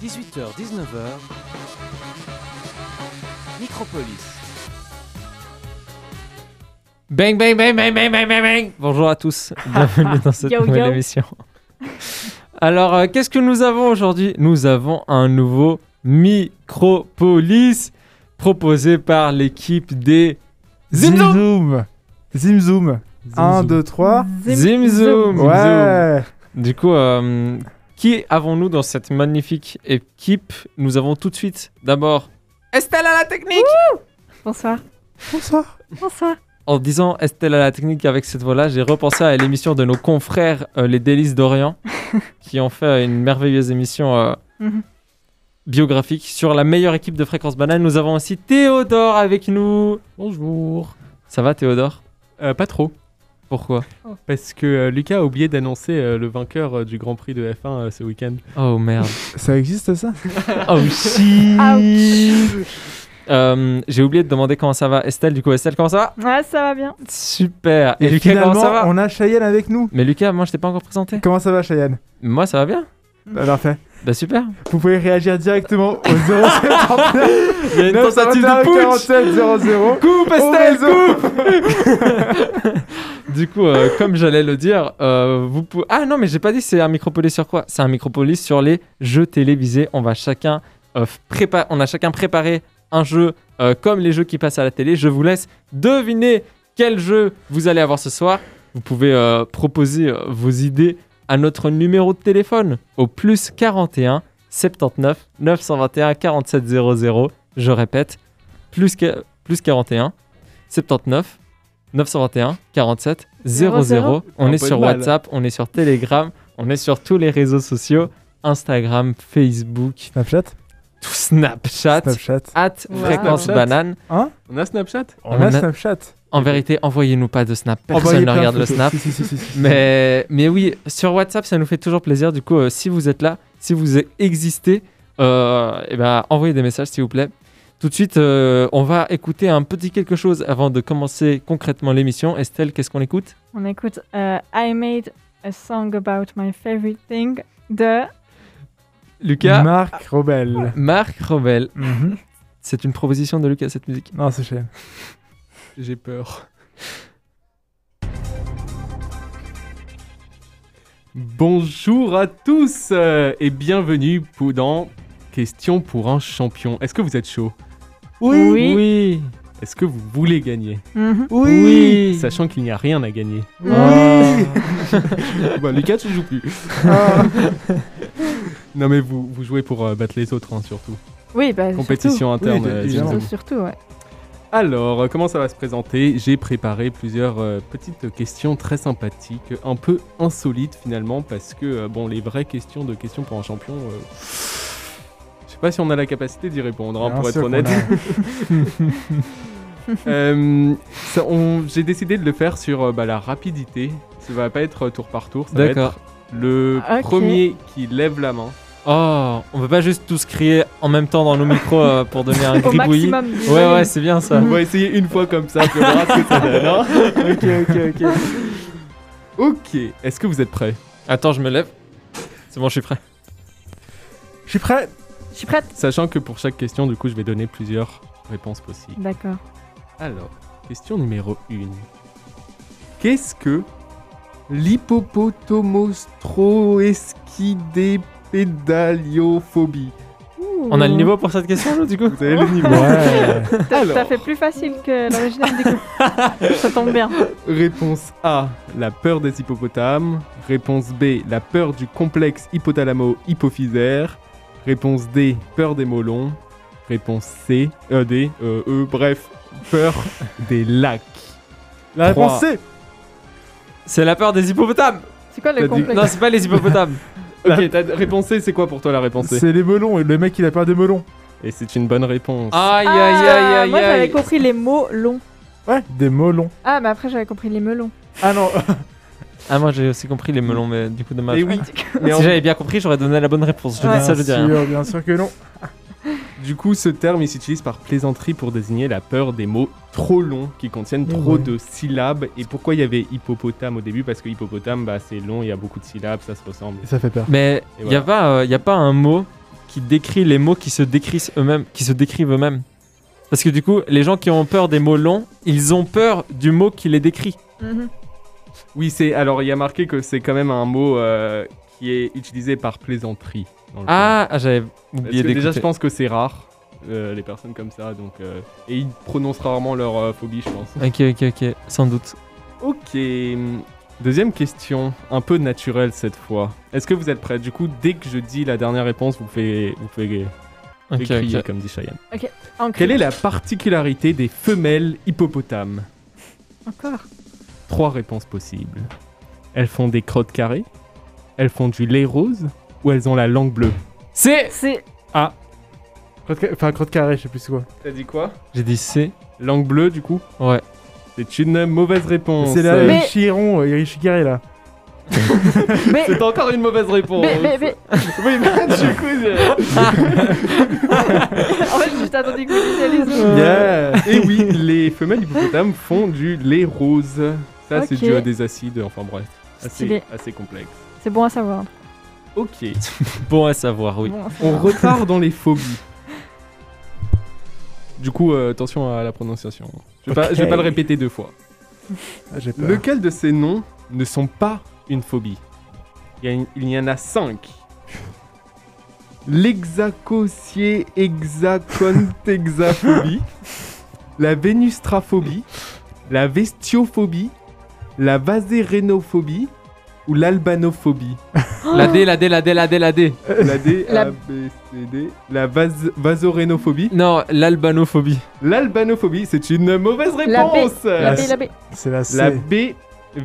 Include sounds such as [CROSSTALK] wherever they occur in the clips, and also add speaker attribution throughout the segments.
Speaker 1: 18h-19h, Micropolis.
Speaker 2: Bang, bang, bang, bang, bang, bang, bang, bang. Bonjour à tous, [LAUGHS] bienvenue dans cette
Speaker 3: Yo,
Speaker 2: nouvelle
Speaker 3: yo.
Speaker 2: émission. [LAUGHS] Alors, euh, qu'est-ce que nous avons aujourd'hui Nous avons un nouveau Micropolis proposé par l'équipe des Zimzoom.
Speaker 4: Zimzoom Zimzoom 1, 2, 3.
Speaker 2: Zim Zoom.
Speaker 4: Ouais
Speaker 2: Du coup, euh, qui avons-nous dans cette magnifique équipe Nous avons tout de suite d'abord Estelle à la technique
Speaker 3: Bonsoir.
Speaker 4: Bonsoir
Speaker 3: Bonsoir.
Speaker 2: En disant Estelle à la technique avec cette voix-là, j'ai repensé à l'émission de nos confrères euh, Les Délices d'Orient, qui ont fait une merveilleuse émission euh,
Speaker 3: Mhm.
Speaker 2: biographique sur la meilleure équipe de Fréquence Banane. Nous avons aussi Théodore avec nous.
Speaker 5: Bonjour.
Speaker 2: Ça va Théodore
Speaker 5: Euh, pas trop,
Speaker 2: Pourquoi
Speaker 5: parce que euh, Lucas a oublié d'annoncer euh, le vainqueur euh, du Grand Prix de F1 euh, ce week-end.
Speaker 2: Oh merde.
Speaker 4: Ça existe ça
Speaker 2: oh shit.
Speaker 3: Ouch.
Speaker 2: Euh, j'ai oublié de demander comment ça va Estelle. Du coup Estelle, comment ça va
Speaker 3: Ouais, ça va bien.
Speaker 2: Super.
Speaker 4: Et,
Speaker 2: Et Lucas,
Speaker 4: finalement,
Speaker 2: comment ça va
Speaker 4: on a Cheyenne avec nous
Speaker 2: Mais Lucas, moi je t'ai pas encore présenté.
Speaker 4: Comment ça va Cheyenne
Speaker 2: Moi ça va bien.
Speaker 4: Bah, Parfait.
Speaker 2: Bah super.
Speaker 4: Vous pouvez réagir directement au 079
Speaker 2: Il y a [LAUGHS] une tentative de
Speaker 4: 921
Speaker 2: putsch.
Speaker 4: 47 00
Speaker 2: Coupe
Speaker 4: au
Speaker 2: Estelle, coupe
Speaker 4: réseau.
Speaker 2: [LAUGHS] Du coup, euh, comme j'allais le dire, euh, vous pouvez... Ah non, mais j'ai pas dit c'est un micropolis sur quoi C'est un micropolis sur les jeux télévisés. On va chacun euh, f- prépa- on a chacun préparé un jeu euh, comme les jeux qui passent à la télé. Je vous laisse deviner quel jeu vous allez avoir ce soir. Vous pouvez euh, proposer euh, vos idées à notre numéro de téléphone au plus 41 79 921 4700. Je répète, plus, que- plus 41 79 921 47 00. On
Speaker 5: Un
Speaker 2: est
Speaker 5: peu de
Speaker 2: sur
Speaker 5: mal.
Speaker 2: WhatsApp, on est sur Telegram, on est sur tous les réseaux sociaux Instagram, Facebook,
Speaker 4: Snapchat
Speaker 2: tout Snapchat,
Speaker 4: Snapchat.
Speaker 2: at
Speaker 3: Ouais.
Speaker 2: fréquence
Speaker 5: Snapchat.
Speaker 2: banane.
Speaker 5: On a Snapchat
Speaker 4: On,
Speaker 2: On a-
Speaker 4: a Snapchat.
Speaker 2: En vérité, envoyez-nous pas de Snap. Personne
Speaker 4: Envoyez
Speaker 2: ne
Speaker 4: plein de
Speaker 2: regarde le
Speaker 4: photos. [LAUGHS]
Speaker 2: Snap.
Speaker 4: Si, si, si, si, si.
Speaker 2: Mais, mais oui, sur WhatsApp, ça nous fait toujours plaisir. Du coup, euh, si vous êtes là, si vous existez, euh, eh ben, envoyez des messages, s'il vous plaît. Tout de suite, euh, on va écouter un petit quelque chose avant de commencer concrètement l'émission. Estelle, qu'est-ce qu'on écoute
Speaker 3: On écoute euh, I Made a Song About My Favorite Thing de.
Speaker 2: Lucas
Speaker 4: Marc Robel.
Speaker 2: Marc Robel.
Speaker 4: Mhm.
Speaker 2: C'est une proposition de Lucas, cette musique.
Speaker 4: Non, c'est [LAUGHS] Cheyenne.
Speaker 5: J'ai peur. Bonjour à tous euh, et bienvenue pour dans Question pour un champion. Est-ce que vous êtes chaud
Speaker 3: Oui. Oui.
Speaker 2: Oui.
Speaker 5: Est-ce que vous voulez gagner
Speaker 3: Mhm.
Speaker 2: Oui.
Speaker 5: Sachant qu'il n'y a rien à gagner.
Speaker 4: Oui.
Speaker 5: [LAUGHS] bah, Lucas, tu joues plus. [LAUGHS]
Speaker 4: Ah.
Speaker 5: Non, mais vous, vous jouez pour euh, battre les autres, hein, surtout.
Speaker 3: Oui, bah.
Speaker 5: Compétition interne.
Speaker 4: Oui,
Speaker 5: euh,
Speaker 4: évidemment.
Speaker 3: Surtout,
Speaker 5: évidemment.
Speaker 3: surtout, surtout, ouais.
Speaker 5: Alors, euh, comment ça va se présenter J'ai préparé plusieurs euh, petites questions très sympathiques, un peu insolites finalement, parce que, euh, bon, les vraies questions de questions pour un champion, euh, je sais pas si on a la capacité d'y répondre, hein,
Speaker 4: Bien
Speaker 5: pour
Speaker 4: sûr
Speaker 5: être
Speaker 4: qu'on
Speaker 5: honnête.
Speaker 4: a-
Speaker 5: [LAUGHS]
Speaker 4: [LAUGHS]
Speaker 5: Euh, ça, on- J'ai décidé de le faire sur euh, bah, la rapidité. Ça va pas être euh, tour par tour, ça va
Speaker 2: D'accord.
Speaker 5: être le
Speaker 3: Ah, ok.
Speaker 5: premier qui lève la main.
Speaker 2: Oh, on peut pas juste tous crier en même temps dans nos micros euh, pour donner
Speaker 5: [LAUGHS]
Speaker 2: un
Speaker 3: Au
Speaker 2: gribouillis.
Speaker 3: maximum. du
Speaker 2: Ouais,
Speaker 3: volume.
Speaker 2: ouais, c'est bien ça.
Speaker 5: On va essayer une fois comme ça, puis on verra ce que ça donne. hein.
Speaker 2: [LAUGHS] ok, ok, ok.
Speaker 5: Ok, est-ce que vous êtes prêts
Speaker 2: Attends, je me lève. C'est bon, je suis prêt.
Speaker 4: Je suis prêt.
Speaker 3: Je suis prête.
Speaker 5: Sachant que pour chaque question, du coup, je vais donner plusieurs réponses possibles.
Speaker 3: D'accord.
Speaker 5: Alors, question numéro 1. Qu'est-ce que l'hippopotomostroesquidépédaliophobie
Speaker 2: On
Speaker 5: Mm.
Speaker 2: a le niveau pour cette question, nous, du coup
Speaker 5: Vous
Speaker 2: [LAUGHS]
Speaker 5: avez le niveau.
Speaker 4: Ouais.
Speaker 3: Ça, ça
Speaker 5: Alors.
Speaker 3: fait plus facile que l'original du
Speaker 2: [LAUGHS]
Speaker 3: coup. ça tombe bien.
Speaker 5: Réponse A, la peur des hippopotames. Réponse B, la peur du complexe hypothalamo-hypophysaire. Réponse D, peur des molons. Réponse C, euh, D, euh, E, bref, [LAUGHS] peur des lacs.
Speaker 4: La réponse
Speaker 5: Trois.
Speaker 4: c'est
Speaker 2: C'est la peur des hippopotames
Speaker 3: C'est quoi
Speaker 5: T'as
Speaker 3: le
Speaker 5: dit-
Speaker 3: complexe
Speaker 2: Non, c'est pas les hippopotames.
Speaker 5: Ok, ta [LAUGHS] réponse C, c'est quoi pour toi la réponse C
Speaker 4: C'est les melons et le mec il a peur des melons.
Speaker 5: Et c'est une bonne réponse.
Speaker 2: [LAUGHS] Aïe,
Speaker 3: Ah,
Speaker 2: aïe, aïe, aïe,
Speaker 3: Moi j'avais
Speaker 2: aïe.
Speaker 3: compris les mots longs.
Speaker 4: Ouais, des melons.
Speaker 3: Ah, mais après j'avais compris les melons.
Speaker 4: Ah non,
Speaker 2: Ah, moi j'ai aussi compris les melons, mais du coup, dommage.
Speaker 5: Et oui, mais en-
Speaker 2: Si j'avais bien compris, j'aurais donné la bonne réponse. Je
Speaker 3: Ouais.
Speaker 2: dis ça, je dis
Speaker 4: bien
Speaker 2: rien.
Speaker 4: sûr, bien sûr que non.
Speaker 5: du coup, ce terme il s'utilise par plaisanterie pour désigner la peur des mots trop longs qui contiennent
Speaker 4: Mais
Speaker 5: trop
Speaker 4: ouais.
Speaker 5: de syllabes. Et pourquoi il y avait hippopotame au début Parce que hippopotame, bah, c'est long, il y a beaucoup de syllabes, ça se ressemble.
Speaker 4: Ça fait peur.
Speaker 2: Mais
Speaker 5: Et
Speaker 2: il n'y a,
Speaker 5: voilà.
Speaker 2: pas, euh, y a pas un mot qui décrit les mots qui se décrivent eux-mêmes, qui se décrivent eux-mêmes. Parce que du coup, les gens qui ont peur des mots longs, ils ont peur du mot qui les décrit.
Speaker 3: Mhm.
Speaker 5: Oui, c'est. Alors, il y a marqué que c'est quand même un mot euh, qui est utilisé par plaisanterie. dans le film.
Speaker 2: Ah, ah, j'avais
Speaker 5: Parce
Speaker 2: oublié
Speaker 5: que déjà, je
Speaker 2: d'écouter.
Speaker 5: pense que c'est rare, euh, les personnes comme ça. Donc, euh, et ils prononcent rarement leur euh, phobie, je pense.
Speaker 2: Ok, ok, ok, sans doute.
Speaker 5: [LAUGHS] Ok. hmm, Deuxième question, un peu naturelle cette fois. Est-ce que vous êtes prêts Du coup, dès que je dis la dernière réponse, vous faites, vous faites, vous faites
Speaker 2: Ok,
Speaker 5: crier,
Speaker 2: ok.
Speaker 5: comme dit Cheyenne.
Speaker 3: Encore.
Speaker 5: Quelle est la particularité des femelles hippopotames
Speaker 3: Encore.
Speaker 5: Trois réponses possibles. Elles font des crottes carrées, elles font du lait rose ou elles ont la langue bleue
Speaker 2: C'est
Speaker 3: C'est.
Speaker 4: Crotte ca- Enfin, crotte carré, je sais plus c'est quoi.
Speaker 5: T'as dit quoi
Speaker 2: J'ai dit C.
Speaker 5: Langue bleue, du coup
Speaker 2: Ouais.
Speaker 5: C'est une mauvaise réponse.
Speaker 4: C'est la
Speaker 5: Euh,
Speaker 3: Mais-
Speaker 4: Chiron, euh, Éric Chigaré là.
Speaker 3: Mais.
Speaker 5: C'est encore une mauvaise réponse.
Speaker 3: Mais, mais, mais,
Speaker 5: Oui, bah, du coup, je-
Speaker 3: [LAUGHS] en fait, je t'attendais que vous disiez les autres.
Speaker 5: Yeah. [LAUGHS] Et oui, les femelles hippopotames font du lait rose. Ça, c'est
Speaker 3: Ok.
Speaker 5: dû à des acides, enfin bref. Assez,
Speaker 3: Stylé.
Speaker 5: assez complexe.
Speaker 3: C'est bon à savoir.
Speaker 5: Ok. [LAUGHS]
Speaker 2: Bon à savoir, oui.
Speaker 3: Bon à savoir.
Speaker 5: On repart dans les phobies. [LAUGHS] Du coup, euh, attention à la prononciation. Je vais, pas, je vais
Speaker 4: Ok.
Speaker 5: pas le répéter deux fois.
Speaker 4: Ah, j'ai peur.
Speaker 5: Lequel de ces noms ne sont pas une phobie il y, a une- il y en a cinq. L'hexacocier hexacontexaphobie, la vénustraphobie, la bestiophobie, la vasérénophobie ou l'albanophobie.
Speaker 3: Oh.
Speaker 2: La D, la D, la D, la D, la D.
Speaker 5: La D,
Speaker 3: La-
Speaker 5: A, B, C, D. La vas- vasorénophobie.
Speaker 2: Non, l'albanophobie.
Speaker 5: L'albanophobie, c'est une mauvaise
Speaker 3: La B,
Speaker 5: réponse.
Speaker 3: La B, la B.
Speaker 4: C'est la C.
Speaker 5: La B,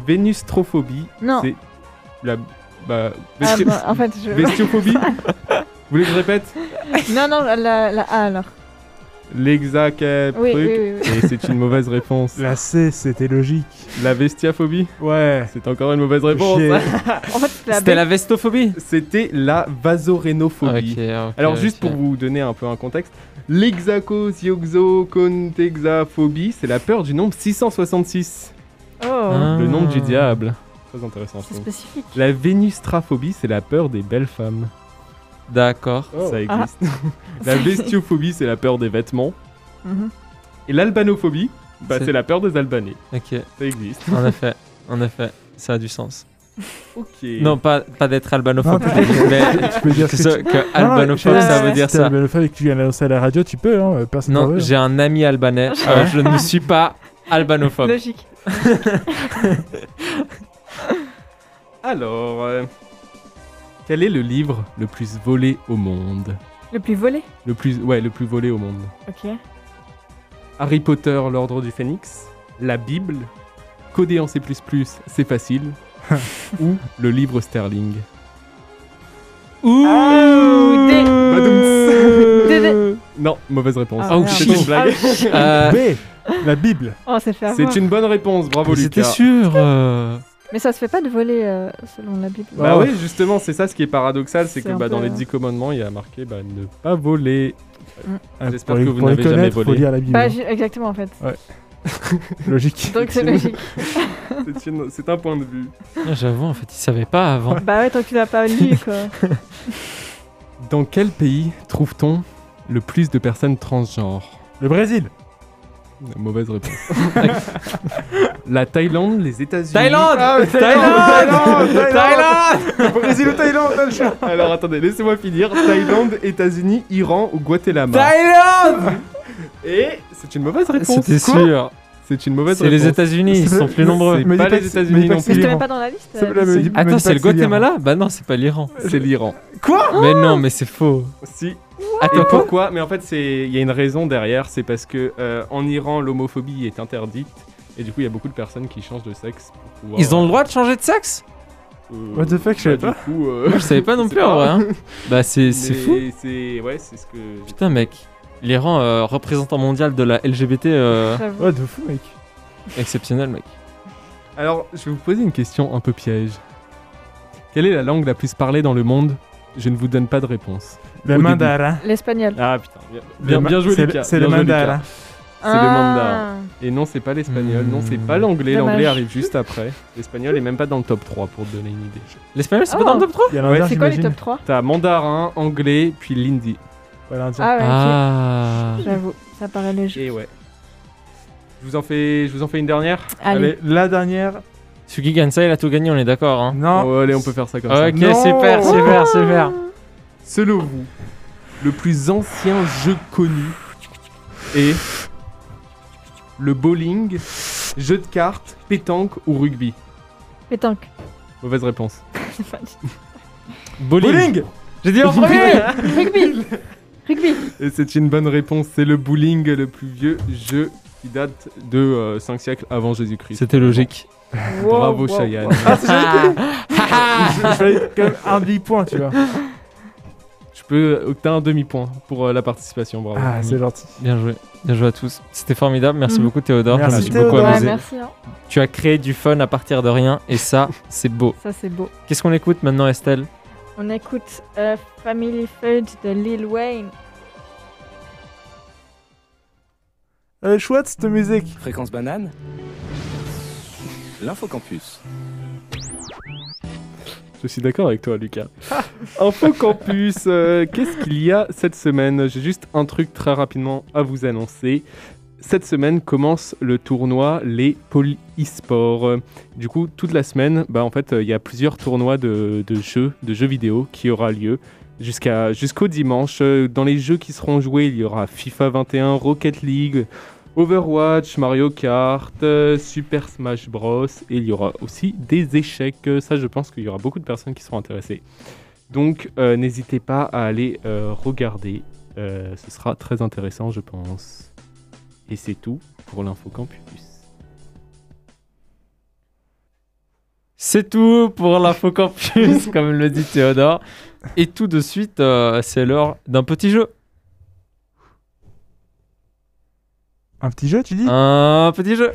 Speaker 5: vénustrophobie.
Speaker 3: Non.
Speaker 5: C'est la bah,
Speaker 3: Ah,
Speaker 5: vesti-
Speaker 3: bah, en fait, je.
Speaker 5: bestiophobie. Vous voulez que je répète
Speaker 3: [LAUGHS] Non, non, la, la A alors.
Speaker 5: L'exact euh,
Speaker 3: Oui,
Speaker 5: truc.
Speaker 3: oui, oui, oui.
Speaker 5: Et c'est une mauvaise réponse.
Speaker 4: La C, c'était logique.
Speaker 5: La bestiaphobie,
Speaker 4: Ouais.
Speaker 5: c'est encore une mauvaise réponse.
Speaker 4: Chier.
Speaker 3: En fait, la B.
Speaker 2: C'était la vestophobie
Speaker 5: C'était la vasorénophobie. Alors juste pour vous donner un peu un contexte, l'hexacosioxocontexaphobie, c'est la peur du nombre 666,
Speaker 2: Ah.
Speaker 3: Oh,
Speaker 5: le nombre du diable. Très intéressant. je
Speaker 3: c'est
Speaker 5: trouve.
Speaker 3: spécifique.
Speaker 5: La vénustraphobie, c'est la peur des belles femmes.
Speaker 2: D'accord.
Speaker 5: Ça existe. la bestiophobie, c'est la peur des vêtements.
Speaker 3: [LAUGHS] Mhm.
Speaker 5: Et l'albanophobie, bah,
Speaker 2: C'est-
Speaker 5: c'est la peur des Albanais.
Speaker 2: Ok,
Speaker 5: Ça existe.
Speaker 2: [LAUGHS] en effet. En effet, ça a du sens.
Speaker 5: Ok.
Speaker 2: Non, pas, pas d'être albanophobe,
Speaker 4: Non, peut-être.
Speaker 2: mais
Speaker 4: [LAUGHS] tu peux dire
Speaker 2: que,
Speaker 4: ce que
Speaker 2: ça-
Speaker 4: tu
Speaker 2: que albanophobe,
Speaker 3: je-
Speaker 2: ça
Speaker 3: ouais,
Speaker 2: veut
Speaker 3: ouais.
Speaker 2: dire
Speaker 4: Si t'es
Speaker 2: ça.
Speaker 4: albanophobe et que tu viens l'annoncer à la radio, tu peux, hein. Personne t'en
Speaker 2: Non,
Speaker 4: veut.
Speaker 2: j'ai un ami albanais, euh, je ne suis pas albanophobe.
Speaker 3: Logique.
Speaker 5: Alors, euh, quel est le livre le plus volé au monde
Speaker 3: Le plus volé.
Speaker 5: Le plus, ouais, le plus volé au monde.
Speaker 3: Ok.
Speaker 5: Harry Potter, l'Ordre du Phénix, la Bible, Coder en C++, c'est facile, [LAUGHS] ou le livre Sterling.
Speaker 2: Ouh
Speaker 3: Ouh, D.
Speaker 5: Badouns.
Speaker 3: D,
Speaker 5: Non, mauvaise réponse.
Speaker 2: Ah, Oh,
Speaker 3: Euh. merde.
Speaker 2: shit.
Speaker 5: C'est une blague.
Speaker 2: Euh,
Speaker 4: B. La Bible.
Speaker 3: [LAUGHS] Oh, c'est fait avoir.
Speaker 5: C'est une bonne réponse, bravo
Speaker 2: C'était
Speaker 5: Lucas.
Speaker 2: sûr euh,
Speaker 3: Mais ça se fait pas de voler euh, selon la Bible.
Speaker 5: Bah
Speaker 4: Oh.
Speaker 5: oui, justement, c'est ça ce qui est paradoxal, c'est
Speaker 3: C'est
Speaker 5: que
Speaker 3: un
Speaker 5: bah,
Speaker 3: peu,
Speaker 5: dans les
Speaker 3: euh,
Speaker 5: 10 commandements, il y a marqué bah, ne pas voler.
Speaker 4: Ah, pour
Speaker 5: J'espère
Speaker 4: les-
Speaker 5: que vous
Speaker 4: pour les
Speaker 5: n'avez jamais
Speaker 4: connaître, faut
Speaker 5: volé.
Speaker 4: lire la Bible. hein.
Speaker 3: Bah, ju- exactement en fait.
Speaker 4: Logique.
Speaker 3: Donc c'est logique.
Speaker 5: C'est une- C'est un point de vue.
Speaker 2: ah, J'avoue, en fait, il savait pas avant.
Speaker 3: bah ouais, tant que tu l'as pas lu quoi.
Speaker 5: Dans quel pays trouve-t-on le plus de personnes transgenres
Speaker 4: Le Brésil.
Speaker 5: Mauvaise réponse. [LAUGHS] la Thaïlande, les États-Unis.
Speaker 2: Thaïlande
Speaker 5: Ah, mais
Speaker 2: Thaïlande
Speaker 5: Thaïlande
Speaker 2: Thaïlande
Speaker 5: Le Brésil ou Thaïlande t'as le choix. Alors attendez, laissez-moi finir. Thaïlande, États-Unis, Iran ou Guatemala
Speaker 2: Thaïlande
Speaker 5: Et c'est une mauvaise réponse.
Speaker 2: C'était
Speaker 5: Quoi
Speaker 2: sûr.
Speaker 5: C'est une mauvaise
Speaker 2: C'est
Speaker 5: réponse.
Speaker 2: les États-Unis, ils
Speaker 4: C'est-
Speaker 2: sont plus nombreux.
Speaker 5: c'est
Speaker 4: Me dis
Speaker 5: pas les
Speaker 4: que c'est-
Speaker 5: États-Unis
Speaker 4: me dis pas
Speaker 5: non
Speaker 4: que c'est
Speaker 5: plus.
Speaker 3: C'était
Speaker 4: l'Iran.
Speaker 3: même pas dans la liste.
Speaker 4: C'est-
Speaker 3: euh,
Speaker 4: me dis- me dis pas
Speaker 2: Attends,
Speaker 4: que
Speaker 2: c'est le
Speaker 4: l'Iran.
Speaker 2: Guatemala Bah non, c'est pas l'Iran.
Speaker 5: C'est l'Iran.
Speaker 2: Mais non, mais c'est faux.
Speaker 5: Si. Et
Speaker 2: Attends, quoi
Speaker 5: pourquoi Mais en fait, c'est il y a une raison derrière, c'est parce que euh, en Iran, l'homophobie est interdite et du coup, il y a beaucoup de personnes qui changent de sexe. Pour pouvoir,
Speaker 2: Ils ont le droit de changer de sexe
Speaker 5: euh,
Speaker 4: What the fuck, je savais
Speaker 5: bah, du coup, euh,
Speaker 2: Je savais pas non
Speaker 5: sais
Speaker 2: plus en vrai. hein. [LAUGHS] Bah c'est
Speaker 5: Mais
Speaker 2: c'est fou.
Speaker 5: C'est ouais, c'est ce que.
Speaker 2: Putain mec, l'Iran euh, représentant mondial de la LGBT euh,
Speaker 3: j'avoue.
Speaker 4: Ouais, de fou, mec.
Speaker 2: exceptionnel mec.
Speaker 5: Alors, je vais vous poser une question un peu piège. Quelle est la langue la plus parlée dans le monde Je ne vous donne pas de réponse.
Speaker 4: Le
Speaker 5: Au
Speaker 4: mandarin.
Speaker 3: L'espagnol.
Speaker 5: Ah putain, bien,
Speaker 4: Le ma-
Speaker 5: bien joué
Speaker 4: c'est-
Speaker 5: Lucas.
Speaker 4: C'est
Speaker 5: bien
Speaker 4: le
Speaker 5: joué, Lucas.
Speaker 4: mandarin.
Speaker 5: C'est
Speaker 3: Ah.
Speaker 5: le mandarin. hein. Et non, c'est pas l'espagnol,
Speaker 2: Hmm.
Speaker 5: non, c'est pas l'anglais.
Speaker 3: Dommage.
Speaker 5: L'anglais arrive juste après. L'espagnol est même pas dans le top 3 pour te donner une idée.
Speaker 2: L'espagnol, c'est
Speaker 3: Oh.
Speaker 2: pas dans le top 3
Speaker 4: Il y a l'Indien,
Speaker 3: C'est quoi les
Speaker 4: j'imagine.
Speaker 3: top 3
Speaker 5: T'as mandarin, anglais, puis l'hindi.
Speaker 4: Ouais, l'Indien.
Speaker 3: Ah ouais, ok.
Speaker 2: Ah.
Speaker 3: j'avoue, ça paraît logique.
Speaker 5: Et ouais. Je vous en fais, je vous en fais une dernière.
Speaker 3: Allez,
Speaker 4: Allez, la dernière.
Speaker 2: Sugi Gansai, il a tout gagné, on est d'accord. Hein.
Speaker 4: Non.
Speaker 5: Oh, allez, on peut faire ça comme ça.
Speaker 2: Ok,
Speaker 4: Non.
Speaker 2: super, super, super.
Speaker 5: Selon vous, le plus ancien jeu connu est le bowling, jeu de cartes, pétanque ou rugby
Speaker 3: [LAUGHS] pétanque.
Speaker 5: Mauvaise réponse.
Speaker 2: Bowling. J'ai dit en premier
Speaker 3: Rugby Rugby
Speaker 5: Et c'est une bonne réponse. C'est le bowling, le plus vieux jeu qui date de 5 siècles avant Jésus-Christ.
Speaker 2: [LAUGHS] C'était logique.
Speaker 3: Wow,
Speaker 5: Bravo,
Speaker 3: wow,
Speaker 5: Cheyenne.
Speaker 3: wow.
Speaker 4: Ah, [LAUGHS] Il fallait quand même un big point, tu vois.
Speaker 5: Tu peux obtenir un demi-point pour euh, la participation. Bravo.
Speaker 4: Ah, c'est gentil.
Speaker 2: Bien joué. Bien joué à tous. C'était formidable. Merci
Speaker 3: Mhm.
Speaker 2: beaucoup, Théodore.
Speaker 4: Merci,
Speaker 2: Je me suis beaucoup
Speaker 4: Théodore.
Speaker 3: Ouais,
Speaker 2: amusé.
Speaker 3: merci. hein.
Speaker 2: Tu as créé du fun à partir de rien et [LAUGHS] ça, c'est beau.
Speaker 3: Ça, c'est beau.
Speaker 2: Qu'est-ce qu'on écoute maintenant, Estelle
Speaker 3: On écoute euh, Family Feud de Lil Wayne.
Speaker 4: Elle est chouette cette musique.
Speaker 1: Fréquence banane L'infocampus.
Speaker 5: Je suis d'accord avec toi, Lucas. [LAUGHS] Info Campus, euh, qu'est-ce qu'il y a cette semaine J'ai juste un truc très rapidement à vous annoncer. Cette semaine commence le tournoi Les Pôles e-sport. Euh, Du coup, toute la semaine, bah, en fait, euh, il y a plusieurs tournois de, de jeux, de jeux vidéo qui aura lieu jusqu'à jusqu'au dimanche. Euh, Dans les jeux qui seront joués, il y aura FIFA 21, Rocket League, Overwatch, Mario Kart, euh, Super Smash Bros. Et il y aura aussi des échecs. Euh, Ça, je pense qu'il y aura beaucoup de personnes qui seront intéressées. Donc, euh, n'hésitez pas à aller euh, regarder. Euh, ce sera très intéressant, je pense. Et c'est tout pour l'info campus.
Speaker 2: C'est tout pour l'info campus, [LAUGHS] comme le dit Théodore. Et tout de suite, euh, c'est l'heure d'un petit jeu.
Speaker 4: Un petit jeu, tu dis
Speaker 2: Un petit jeu.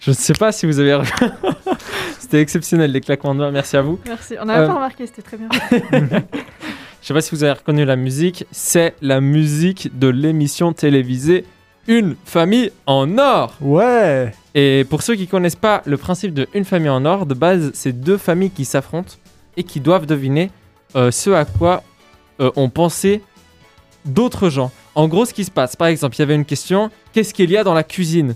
Speaker 2: Je ne sais pas si vous avez. re- [LAUGHS] C'était exceptionnel les claquements de mains, merci à vous.
Speaker 3: Merci. On n'avait
Speaker 2: Euh.
Speaker 3: pas remarqué, c'était très bien.
Speaker 2: Je sais pas si vous avez reconnu la musique, c'est la musique de l'émission télévisée Une famille en or.
Speaker 4: Ouais.
Speaker 2: Et pour ceux qui connaissent pas le principe de Une famille en or, de base, c'est deux familles qui s'affrontent et qui doivent deviner euh, ce à quoi euh, ont pensé d'autres gens. En gros, ce qui se passe, par exemple, il y avait une question qu'est-ce qu'il y a dans la cuisine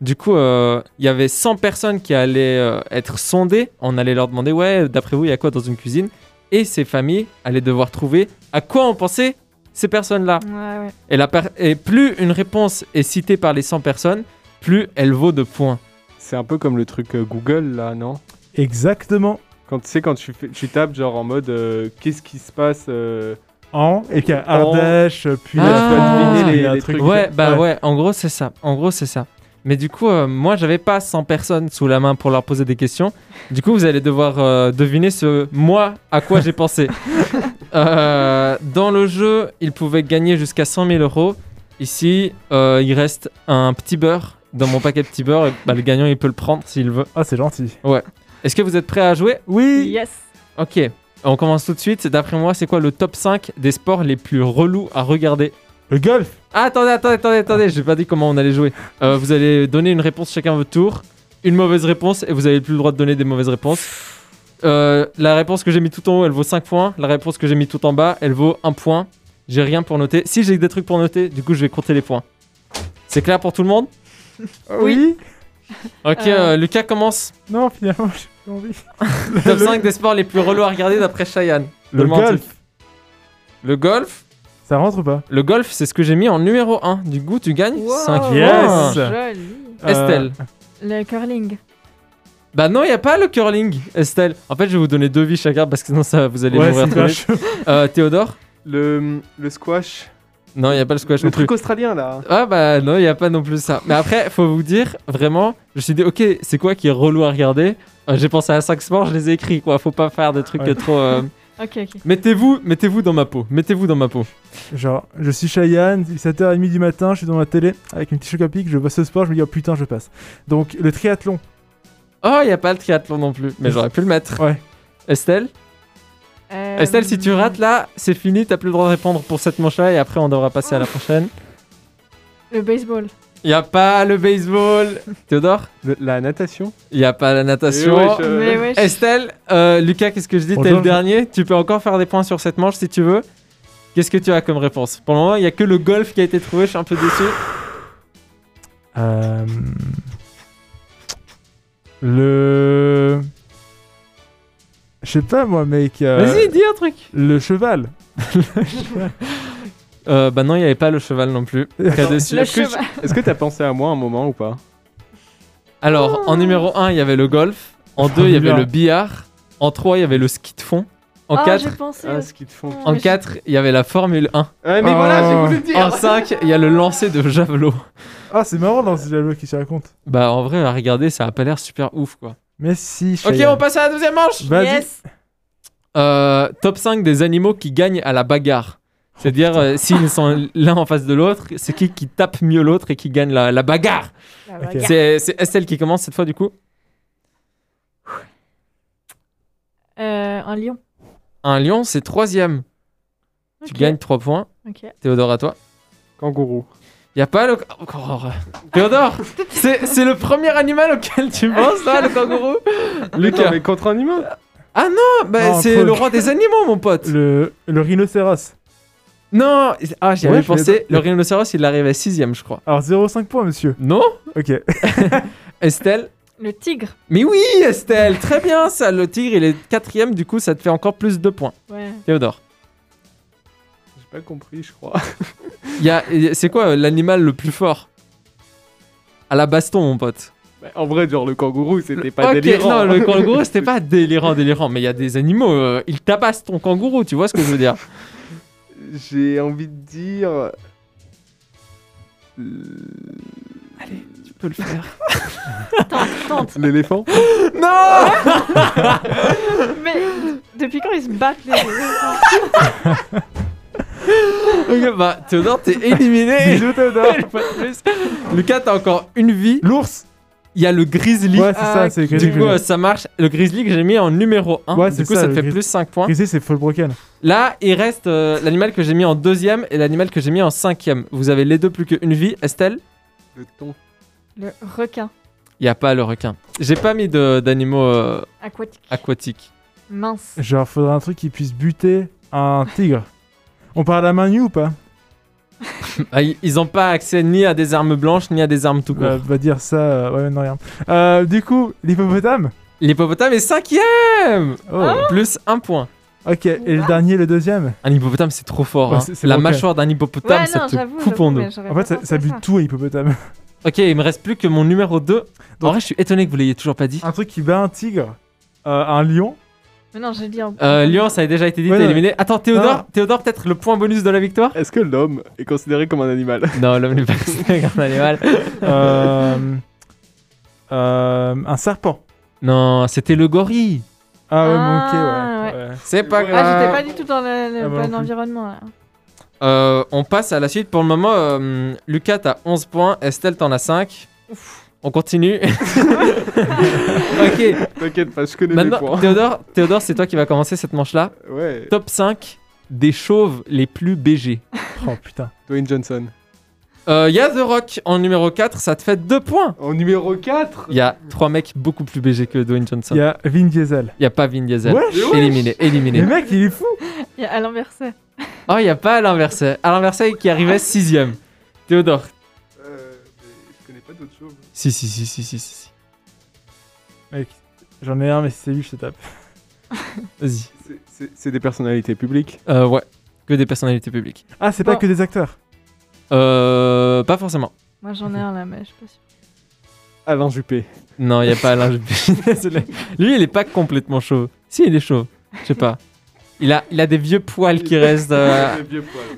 Speaker 2: Du coup, euh, il y avait 100 personnes qui allaient euh, être sondées. On allait leur demander ouais, d'après vous, il y a quoi dans une cuisine Et ces familles allaient devoir trouver à quoi ont pensé ces personnes-là.
Speaker 3: Ouais, ouais.
Speaker 2: Et, la per- et plus une réponse est citée par les 100 personnes, plus elle vaut de points.
Speaker 5: C'est un peu comme le truc euh, Google là, non
Speaker 4: Exactement.
Speaker 5: Quand tu sais, quand tu, fais- tu tapes genre en mode euh, qu'est-ce qui se passe euh,
Speaker 4: En, et puis il y a
Speaker 5: En.
Speaker 4: Ardèche, puis
Speaker 2: Ah.
Speaker 4: il y a
Speaker 5: Les-
Speaker 4: il y a un
Speaker 5: les
Speaker 4: truc.
Speaker 5: trucs.
Speaker 2: Ouais, bah ouais. en gros, c'est ça. En gros, c'est ça. Mais du coup, euh, moi, j'avais pas 100 personnes sous la main pour leur poser des questions. Du coup, vous allez devoir euh, deviner ce moi à quoi j'ai
Speaker 4: [LAUGHS]
Speaker 2: pensé. Euh, dans le jeu, ils pouvaient gagner jusqu'à 100 000 euros. Ici, euh, il reste un petit beurre dans mon paquet de petit beurre. Et, bah, le gagnant, il peut le prendre s'il veut.
Speaker 4: Ah, c'est gentil.
Speaker 2: Est-ce que vous êtes prêts à jouer
Speaker 4: Oui.
Speaker 3: Yes.
Speaker 2: Ok, on commence tout de suite. D'après moi, c'est quoi le top 5 des sports les plus relous à regarder
Speaker 4: Le golf.
Speaker 2: ah, Attendez, attendez, attendez, attendez, j'ai pas dit comment on allait jouer. Euh, vous allez donner une réponse chacun à votre tour, une mauvaise réponse, et vous avez plus le droit de donner des mauvaises réponses. Euh, la réponse que j'ai mis tout en haut, elle vaut 5 points. La réponse que j'ai mis tout en bas, elle vaut 1 point. J'ai rien pour noter. Si j'ai des trucs pour noter, du coup, je vais compter les points. C'est clair pour tout le monde
Speaker 4: Oui.
Speaker 2: Ok,
Speaker 3: Euh.
Speaker 2: euh, Lucas
Speaker 4: [LAUGHS]
Speaker 2: commence.
Speaker 4: Non, finalement, j'ai pas envie.
Speaker 2: Top 5 des sports les plus relous à regarder d'après Cheyenne.
Speaker 4: Le
Speaker 2: Demande.
Speaker 4: golf.
Speaker 2: Le golf
Speaker 4: Ça rentre ou pas
Speaker 2: Le golf, c'est ce que j'ai mis en numéro 1. Du coup, tu gagnes
Speaker 3: Wow,
Speaker 2: 5
Speaker 4: Yes.
Speaker 3: Joli.
Speaker 2: Estelle.
Speaker 4: Euh,
Speaker 3: Le curling.
Speaker 2: Bah non, il a pas le curling, Estelle. En fait, je vais vous donner deux vies chacun parce que sinon ça, vous allez
Speaker 4: ouais,
Speaker 2: mourir tous
Speaker 4: c'est hyper
Speaker 2: les-
Speaker 4: chaud.
Speaker 2: Euh, Théodore
Speaker 5: le, le squash,
Speaker 2: Non, il a pas le squash
Speaker 5: le
Speaker 2: non plus.
Speaker 5: truc australien là.
Speaker 2: Ah bah non, il a pas non plus ça. Mais après, faut vous dire, vraiment, je me suis dit, ok, c'est quoi qui est relou à regarder Euh, J'ai pensé à 5 sports, je les ai écrits, quoi. Faut pas faire des trucs
Speaker 4: Ouais.
Speaker 2: trop... euh,
Speaker 3: Ok, ok.
Speaker 2: Mettez-vous mettez-vous dans ma peau, mettez-vous dans ma peau.
Speaker 4: Genre, je suis Cheyenne, 7h30 du matin, je suis dans ma télé avec une petite choc à pic, je vois ce sport, je me dis oh putain, je passe. Donc, le triathlon,
Speaker 2: Oh, il y a pas le triathlon non plus, mais j'aurais pu le mettre.
Speaker 5: Ouais.
Speaker 2: Estelle
Speaker 3: Euh,
Speaker 2: Estelle, si tu rates là, c'est fini, t'as plus le droit de répondre pour cette manche-là et après on devra passer à la prochaine.
Speaker 3: Le baseball.
Speaker 2: Y a pas le baseball Théodore
Speaker 5: Le- La natation
Speaker 2: Y a pas la natation.
Speaker 5: Eh wesh, euh,
Speaker 3: Mais ouais, je-
Speaker 2: Estelle, euh, Lucas, qu'est-ce que je dis T'es le
Speaker 4: Bonjour.
Speaker 2: dernier. Tu peux encore faire des points sur cette manche si tu veux. Qu'est-ce que tu as comme réponse Pour le moment, il n'y a que le golf qui a été trouvé. Je suis un peu déçu.
Speaker 4: Euh, Le. Je sais pas moi, mec. euh,
Speaker 2: Vas-y, dis un truc.
Speaker 4: Le cheval.
Speaker 2: Euh, bah non, il n'y avait pas le cheval non plus. Très déçu.
Speaker 3: le
Speaker 5: Est-ce que-
Speaker 3: cheval.
Speaker 5: Est-ce que t'as pensé à moi un moment ou pas
Speaker 2: Alors, en numéro 1, il y avait le golf. En 2, il y avait
Speaker 4: Formidable.
Speaker 2: le billard. En 3, il y avait le ski de fond. En
Speaker 3: Oh,
Speaker 2: 4,
Speaker 3: j'ai pensé
Speaker 5: Ah,
Speaker 3: au
Speaker 5: ce qu'ils te font.
Speaker 3: ski.
Speaker 2: en
Speaker 3: Mais je-
Speaker 2: quatre, il y avait la Formule 1.
Speaker 5: Ouais, Euh, mais
Speaker 4: Oh.
Speaker 5: voilà,
Speaker 2: Ah.
Speaker 5: j'ai voulu le dire
Speaker 2: En 5, il y a le lancer de javelot.
Speaker 4: Ah, c'est marrant dans ce dialogue qui se raconte.
Speaker 2: Bah en vrai, à regarder, ça a pas l'air super ouf quoi.
Speaker 4: Mais si.
Speaker 2: Ok,
Speaker 4: Cheyenne.
Speaker 2: on passe à la deuxième manche.
Speaker 4: Vas-y.
Speaker 3: Yes.
Speaker 2: Euh, top 5 des animaux qui gagnent à la bagarre. C'est-à-dire,
Speaker 4: Oh,
Speaker 2: euh, s'ils sont l'un en face de l'autre, c'est qui qui tape mieux l'autre et qui gagne la, la bagarre.
Speaker 3: La
Speaker 4: Ok.
Speaker 3: bagarre.
Speaker 2: C'est c'est Estelle qui commence cette fois, du coup.
Speaker 3: Euh, un lion.
Speaker 2: Un lion, c'est troisième. Tu
Speaker 3: Ok,
Speaker 2: gagnes 3 points.
Speaker 3: ok.
Speaker 2: Théodore, à toi.
Speaker 5: Kangourou.
Speaker 2: Y a pas le. oh, encore.
Speaker 3: [LAUGHS]
Speaker 2: Théodore C'est c'est le premier animal auquel tu penses, là, le
Speaker 3: [LAUGHS]
Speaker 2: kangourou Lucas.
Speaker 5: Lucas, mais contre un humain
Speaker 2: Ah, bah,
Speaker 4: Non,
Speaker 2: c'est
Speaker 4: entre-
Speaker 2: le roi des animaux, mon pote
Speaker 4: Le, le rhinocéros.
Speaker 2: Non Ah, j'y avais
Speaker 4: Ouais, je l'ai
Speaker 2: pensé.
Speaker 4: pas-
Speaker 2: Le rhinocéros, il arrive à sixième, je crois.
Speaker 4: Alors 0,5 points, monsieur.
Speaker 2: Non
Speaker 4: Ok.
Speaker 2: Estelle
Speaker 3: Le tigre.
Speaker 2: Mais oui, Estelle, très bien ça. Le tigre, il est quatrième, du coup, ça te fait encore plus de points.
Speaker 3: Ouais.
Speaker 2: Théodore.
Speaker 5: J'ai pas compris, je crois.
Speaker 2: Il y a- C'est quoi euh, l'animal le plus fort À la baston, mon pote.
Speaker 5: [LAUGHS] Bah, en vrai, genre, le kangourou, c'était pas
Speaker 2: Ok,
Speaker 5: délirant.
Speaker 2: Non, le kangourou, c'était pas délirant, délirant. Mais il y a des animaux, euh, ils tabassent ton kangourou, tu vois ce que je veux dire
Speaker 5: [LAUGHS] J'ai envie de dire... euh,
Speaker 2: Tu peux le faire.
Speaker 3: Tente, tente.
Speaker 5: L'éléphant
Speaker 2: Non
Speaker 3: Mais depuis quand ils se battent les deux
Speaker 2: Ok, bah, Théodore, t'es
Speaker 4: [LAUGHS]
Speaker 2: [LAUGHS] éliminé.
Speaker 4: Bisous, Théodore.
Speaker 5: [LAUGHS]
Speaker 2: Une fois de plus. Lucas, t'as encore une vie.
Speaker 4: L'ours.
Speaker 2: Il y a le grizzly.
Speaker 4: Ouais, c'est ça, c'est le grizzly.
Speaker 2: du coup, euh, ça marche. Le grizzly que j'ai mis en numéro 1.
Speaker 4: Ouais,
Speaker 2: du
Speaker 4: c'est
Speaker 2: coup,
Speaker 4: ça,
Speaker 2: ça te
Speaker 4: le
Speaker 2: fait
Speaker 4: grizz-
Speaker 2: plus 5 points.
Speaker 4: Grizzly, c'est Fallbroken.
Speaker 2: Là, il reste euh, l'animal que j'ai mis en deuxième et l'animal que j'ai mis en cinquième. Vous avez les deux plus qu'une vie. Estelle,
Speaker 5: Le thon.
Speaker 3: [LAUGHS] Le requin
Speaker 2: il n'y a pas le requin. J'ai pas mis de- d'animaux euh,
Speaker 3: aquatique.
Speaker 2: aquatiques.
Speaker 3: Mince.
Speaker 4: Genre, faudrait un truc qui puisse buter un tigre. On parle à main nue ou pas
Speaker 2: Ah, ils ils ont pas accès ni à des armes blanches ni à des armes tout court.
Speaker 4: Euh, Va dire ça. euh, Ouais, non, rien. Euh, du coup, l'hippopotame.
Speaker 2: L'hippopotame est cinquième
Speaker 4: Oh.
Speaker 2: Plus un point.
Speaker 4: Ok, et le dernier, le deuxième
Speaker 2: Un hippopotame, c'est trop fort.
Speaker 4: Ouais,
Speaker 2: hein.
Speaker 4: c'est- c'est
Speaker 2: La
Speaker 4: bon, ok.
Speaker 2: mâchoire d'un hippopotame,
Speaker 3: Ouais,
Speaker 2: ça
Speaker 3: non,
Speaker 2: te
Speaker 3: j'avoue.
Speaker 2: coupe en
Speaker 3: j'avoue,
Speaker 2: deux.
Speaker 3: mais j'aurais
Speaker 4: En
Speaker 3: pas
Speaker 4: fait, ça,
Speaker 3: pensé
Speaker 4: ça
Speaker 3: à
Speaker 4: bute tout, un [LAUGHS] hippopotame.
Speaker 2: Ok, il me reste plus que mon numéro 2. En
Speaker 4: Donc-
Speaker 2: vrai, je suis étonné que vous l'ayez toujours pas dit.
Speaker 4: Un truc qui bat un tigre, euh, un lion. [LAUGHS]
Speaker 3: Mais non, j'ai dit en.
Speaker 2: Euh, Lyon, ça a déjà été dit,
Speaker 4: Ouais,
Speaker 2: t'es
Speaker 4: non,
Speaker 2: éliminé. Attends, Théodore,
Speaker 4: Ah.
Speaker 2: Théodore peut-être le point bonus de la victoire
Speaker 5: Est-ce que l'homme est considéré comme un animal
Speaker 2: Non, l'homme n'est
Speaker 4: [LAUGHS]
Speaker 2: pas considéré comme un animal.
Speaker 4: euh, euh, un serpent.
Speaker 2: Non, c'était le gorille.
Speaker 4: Ah ouais,
Speaker 3: Ah,
Speaker 4: mais ok, ouais. ouais.
Speaker 2: C'est pas
Speaker 5: Ouais.
Speaker 2: grave.
Speaker 3: Ah, j'étais pas du tout dans le, le
Speaker 4: Ah, moi non
Speaker 3: bon
Speaker 4: plus.
Speaker 3: environnement là.
Speaker 2: Euh, on passe à la suite. Pour le moment, euh, Lucas, t'as 11 points. Estelle, t'en as 5. On [LAUGHS] continue. ok,
Speaker 5: [LAUGHS] T'inquiète pas, je connais mes
Speaker 2: maintenant, [LAUGHS]
Speaker 5: points.
Speaker 2: Théodore, Théodore c'est toi qui va commencer cette manche-là.
Speaker 5: Ouais,
Speaker 2: Top 5 des chauves les plus BG.
Speaker 4: Oh putain.
Speaker 5: Dwayne Johnson.
Speaker 2: Euh, y a The Rock en numéro 4, ça te fait 2 points.
Speaker 5: En numéro 4
Speaker 2: Il y a 3 mecs beaucoup plus BG que Dwayne Johnson.
Speaker 4: Il y a Vin Diesel.
Speaker 2: Il n'y a pas Vin Diesel.
Speaker 4: Wesh.
Speaker 2: éliminé, éliminé.
Speaker 4: Le mec, il est fou.
Speaker 3: Il y a Alain Berset.
Speaker 2: Oh, il n'y a pas Alain Versailles. Alain Versailles qui arrivait 6ème. Théodore.
Speaker 5: euh, je connais pas d'autres choses.
Speaker 2: Si, si, si, si, si, si. si.
Speaker 4: Mec, j'en ai un, mais c'est lui, je te tape.
Speaker 2: Vas-y.
Speaker 5: C'est des personnalités publiques.
Speaker 2: Euh, ouais. Que des personnalités publiques.
Speaker 4: Ah, c'est
Speaker 3: Bon.
Speaker 4: pas que des acteurs.
Speaker 2: Euh, pas forcément.
Speaker 3: Moi j'en ai un là, mais je suis pas sûre.
Speaker 5: Alain Juppé.
Speaker 2: Non, il y a pas Alain Juppé. [LAUGHS] Je suis désolé. Lui, il est pas complètement chauve. Si, il est chauve. Je sais pas. Il a, il a des vieux poils qui restent.
Speaker 5: [LAUGHS]
Speaker 2: euh,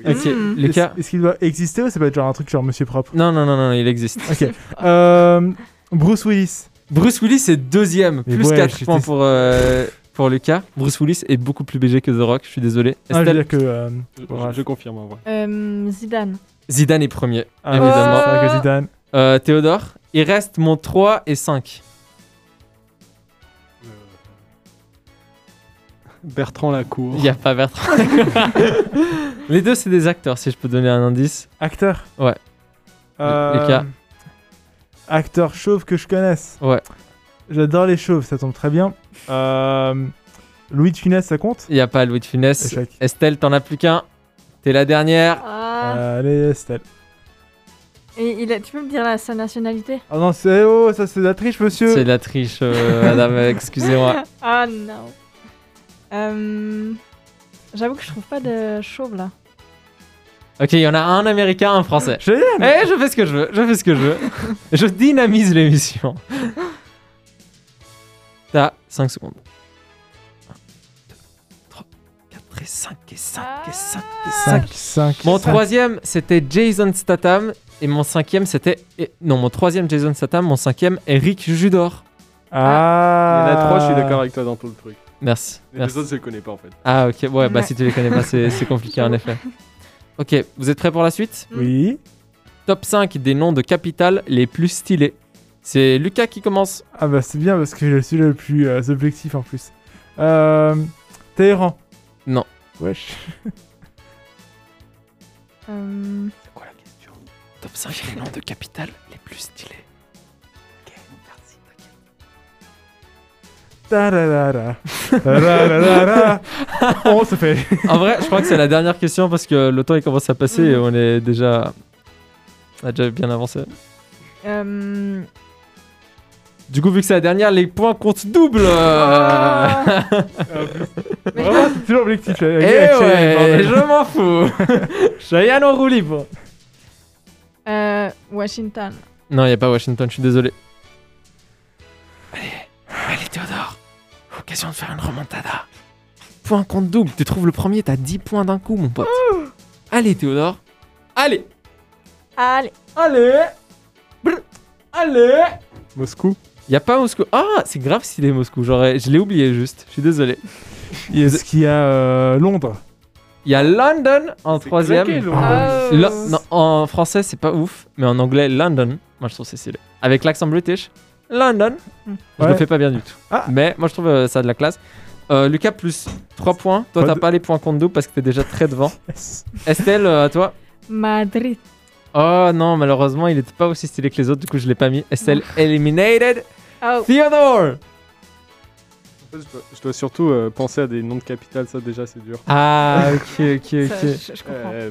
Speaker 2: Ok,
Speaker 3: Mm.
Speaker 2: Lucas.
Speaker 4: Est-ce est-ce qu'il doit exister ou ça peut être genre un truc genre Monsieur Propre
Speaker 2: Non, non, non, non, il existe.
Speaker 4: Ok. Euh, Bruce Willis. Ah,
Speaker 2: Bruce Willis est deuxième.
Speaker 4: Mais
Speaker 2: Plus
Speaker 4: ouais,
Speaker 2: 4
Speaker 4: j'étais-
Speaker 2: points pour, euh, pour Lucas. Bruce Willis est beaucoup plus BG que The Rock. Je suis désolé.
Speaker 4: Ah, je veux
Speaker 2: Estelle,
Speaker 4: dire que. euh,
Speaker 5: Je,
Speaker 4: Bref.
Speaker 5: je confirme en vrai.
Speaker 3: Euh, Zidane.
Speaker 2: Zidane est premier. Euh,
Speaker 4: ah,
Speaker 2: Évidemment.
Speaker 4: c'est vrai que Zidane.
Speaker 2: Euh, Théodore, il reste mon 3 et 5.
Speaker 5: Bertrand Lacour.
Speaker 2: Il n'y a pas Bertrand. [LAUGHS] les deux, c'est des acteurs, si je peux donner un indice.
Speaker 4: Acteur
Speaker 2: Ouais.
Speaker 4: Euh,
Speaker 2: Lucas.
Speaker 4: Acteur chauve que je connaisse.
Speaker 2: Ouais.
Speaker 4: J'adore les chauves, ça tombe très bien. Euh, Louis de Funès, ça compte
Speaker 2: Il n'y a pas Louis de Funès.
Speaker 4: Échec.
Speaker 2: Estelle, t'en as plus qu'un. T'es la dernière.
Speaker 3: Ah.
Speaker 4: Euh, allez, Estelle.
Speaker 3: Et il a- tu peux me dire la, sa nationalité
Speaker 4: Ah non, c'est oh, ça c'est de la triche, monsieur.
Speaker 2: C'est de la triche, euh, madame, excusez-moi.
Speaker 3: Ah non. Euh, J'avoue que je trouve pas de chauve là.
Speaker 2: Ok, il y en a un américain, un français.
Speaker 4: Je l'ai, mais-
Speaker 2: Eh, je fais ce que je veux, je fais ce que je veux. je dynamise l'émission. T'as 5 secondes. 1, 2, 3, 4 et 5 et 5 et 5 et 5.
Speaker 4: 5, 5.
Speaker 2: Mon troisième, c'était Jason Statham. Et mon cinquième, c'était... et- Non, mon troisième, Jason Statham. Mon cinquième, Eric Judor.
Speaker 4: Ah.
Speaker 5: Il y en a trois, je
Speaker 2: Euh,
Speaker 5: suis d'accord avec toi dans tout le truc.
Speaker 2: Merci.
Speaker 5: Les
Speaker 2: merci.
Speaker 5: deux autres, je les connais pas en fait.
Speaker 2: Ah ok, ouais, bah
Speaker 3: Ouais.
Speaker 2: si tu les connais pas, c'est c'est compliqué en effet. Ok, vous êtes prêts pour la suite
Speaker 4: Oui.
Speaker 2: Top 5 des noms de capitales les plus stylés. C'est Lucas qui commence.
Speaker 4: Ah bah c'est bien parce que je suis le plus euh, objectif en plus. Euh, Téhéran.
Speaker 2: Non.
Speaker 4: Wesh.
Speaker 3: Euh,
Speaker 5: C'est quoi la question
Speaker 2: Top 5 des noms de capitales les plus stylés.
Speaker 4: Tararara. Tararara. On
Speaker 2: [LAUGHS]
Speaker 4: se fait.
Speaker 2: En vrai, je crois que c'est la dernière question parce que le temps il commence à passer et on est déjà... On a déjà bien avancé.
Speaker 3: euh,
Speaker 2: Du coup, vu que c'est la dernière, les points comptent double.
Speaker 3: [LAUGHS]
Speaker 2: euh.
Speaker 3: Ah. Mais-
Speaker 4: Vraiment, c'est toujours objectif.
Speaker 2: Eh
Speaker 4: Eh
Speaker 2: ouais, je m'en fous.
Speaker 4: [LAUGHS]
Speaker 2: Cheyenne en roue libre.
Speaker 3: Euh, Washington.
Speaker 2: Non, il a pas Washington, je suis désolé. Allez, allez Théodore. Occasion de faire une remontada. Point contre double. Tu trouves le premier, t'as 10 points d'un coup, mon pote. Allez, Théodore. Allez.
Speaker 3: Allez.
Speaker 2: Allez. Allez.
Speaker 5: Moscou
Speaker 2: Y a pas Moscou. Ah, c'est grave s'il est Moscou. J'aurais... Je l'ai oublié juste. Je suis désolé.
Speaker 4: Est-ce qu'il y a euh, Londres
Speaker 2: Y a London en
Speaker 5: C'est
Speaker 2: troisième.
Speaker 5: claqué, Londres.
Speaker 3: Ah.
Speaker 2: Lo- non, en français, c'est pas ouf. Mais en anglais, London. Moi, je trouve que c'est stylé. Avec l'accent british. London. Je le
Speaker 4: Ouais.
Speaker 2: fais pas bien du tout.
Speaker 4: Ah.
Speaker 2: Mais moi je trouve euh, ça de la classe. Euh, Lucas plus 3 points. Toi
Speaker 4: Pas
Speaker 2: t'as
Speaker 4: de-
Speaker 2: pas les points contre double parce que t'es déjà très devant.
Speaker 4: Yes.
Speaker 2: Estelle euh, à toi.
Speaker 3: Madrid.
Speaker 2: Oh non malheureusement il était pas aussi stylé que les autres du coup je l'ai pas mis. Estelle eliminated.
Speaker 3: Oh.
Speaker 2: Theodore.
Speaker 5: En fait, je, dois, je dois surtout euh, penser à des noms de capitales, ça déjà c'est dur.
Speaker 2: Ah ok ok
Speaker 3: Ça,
Speaker 2: ok.
Speaker 3: je, je comprends.
Speaker 5: Euh,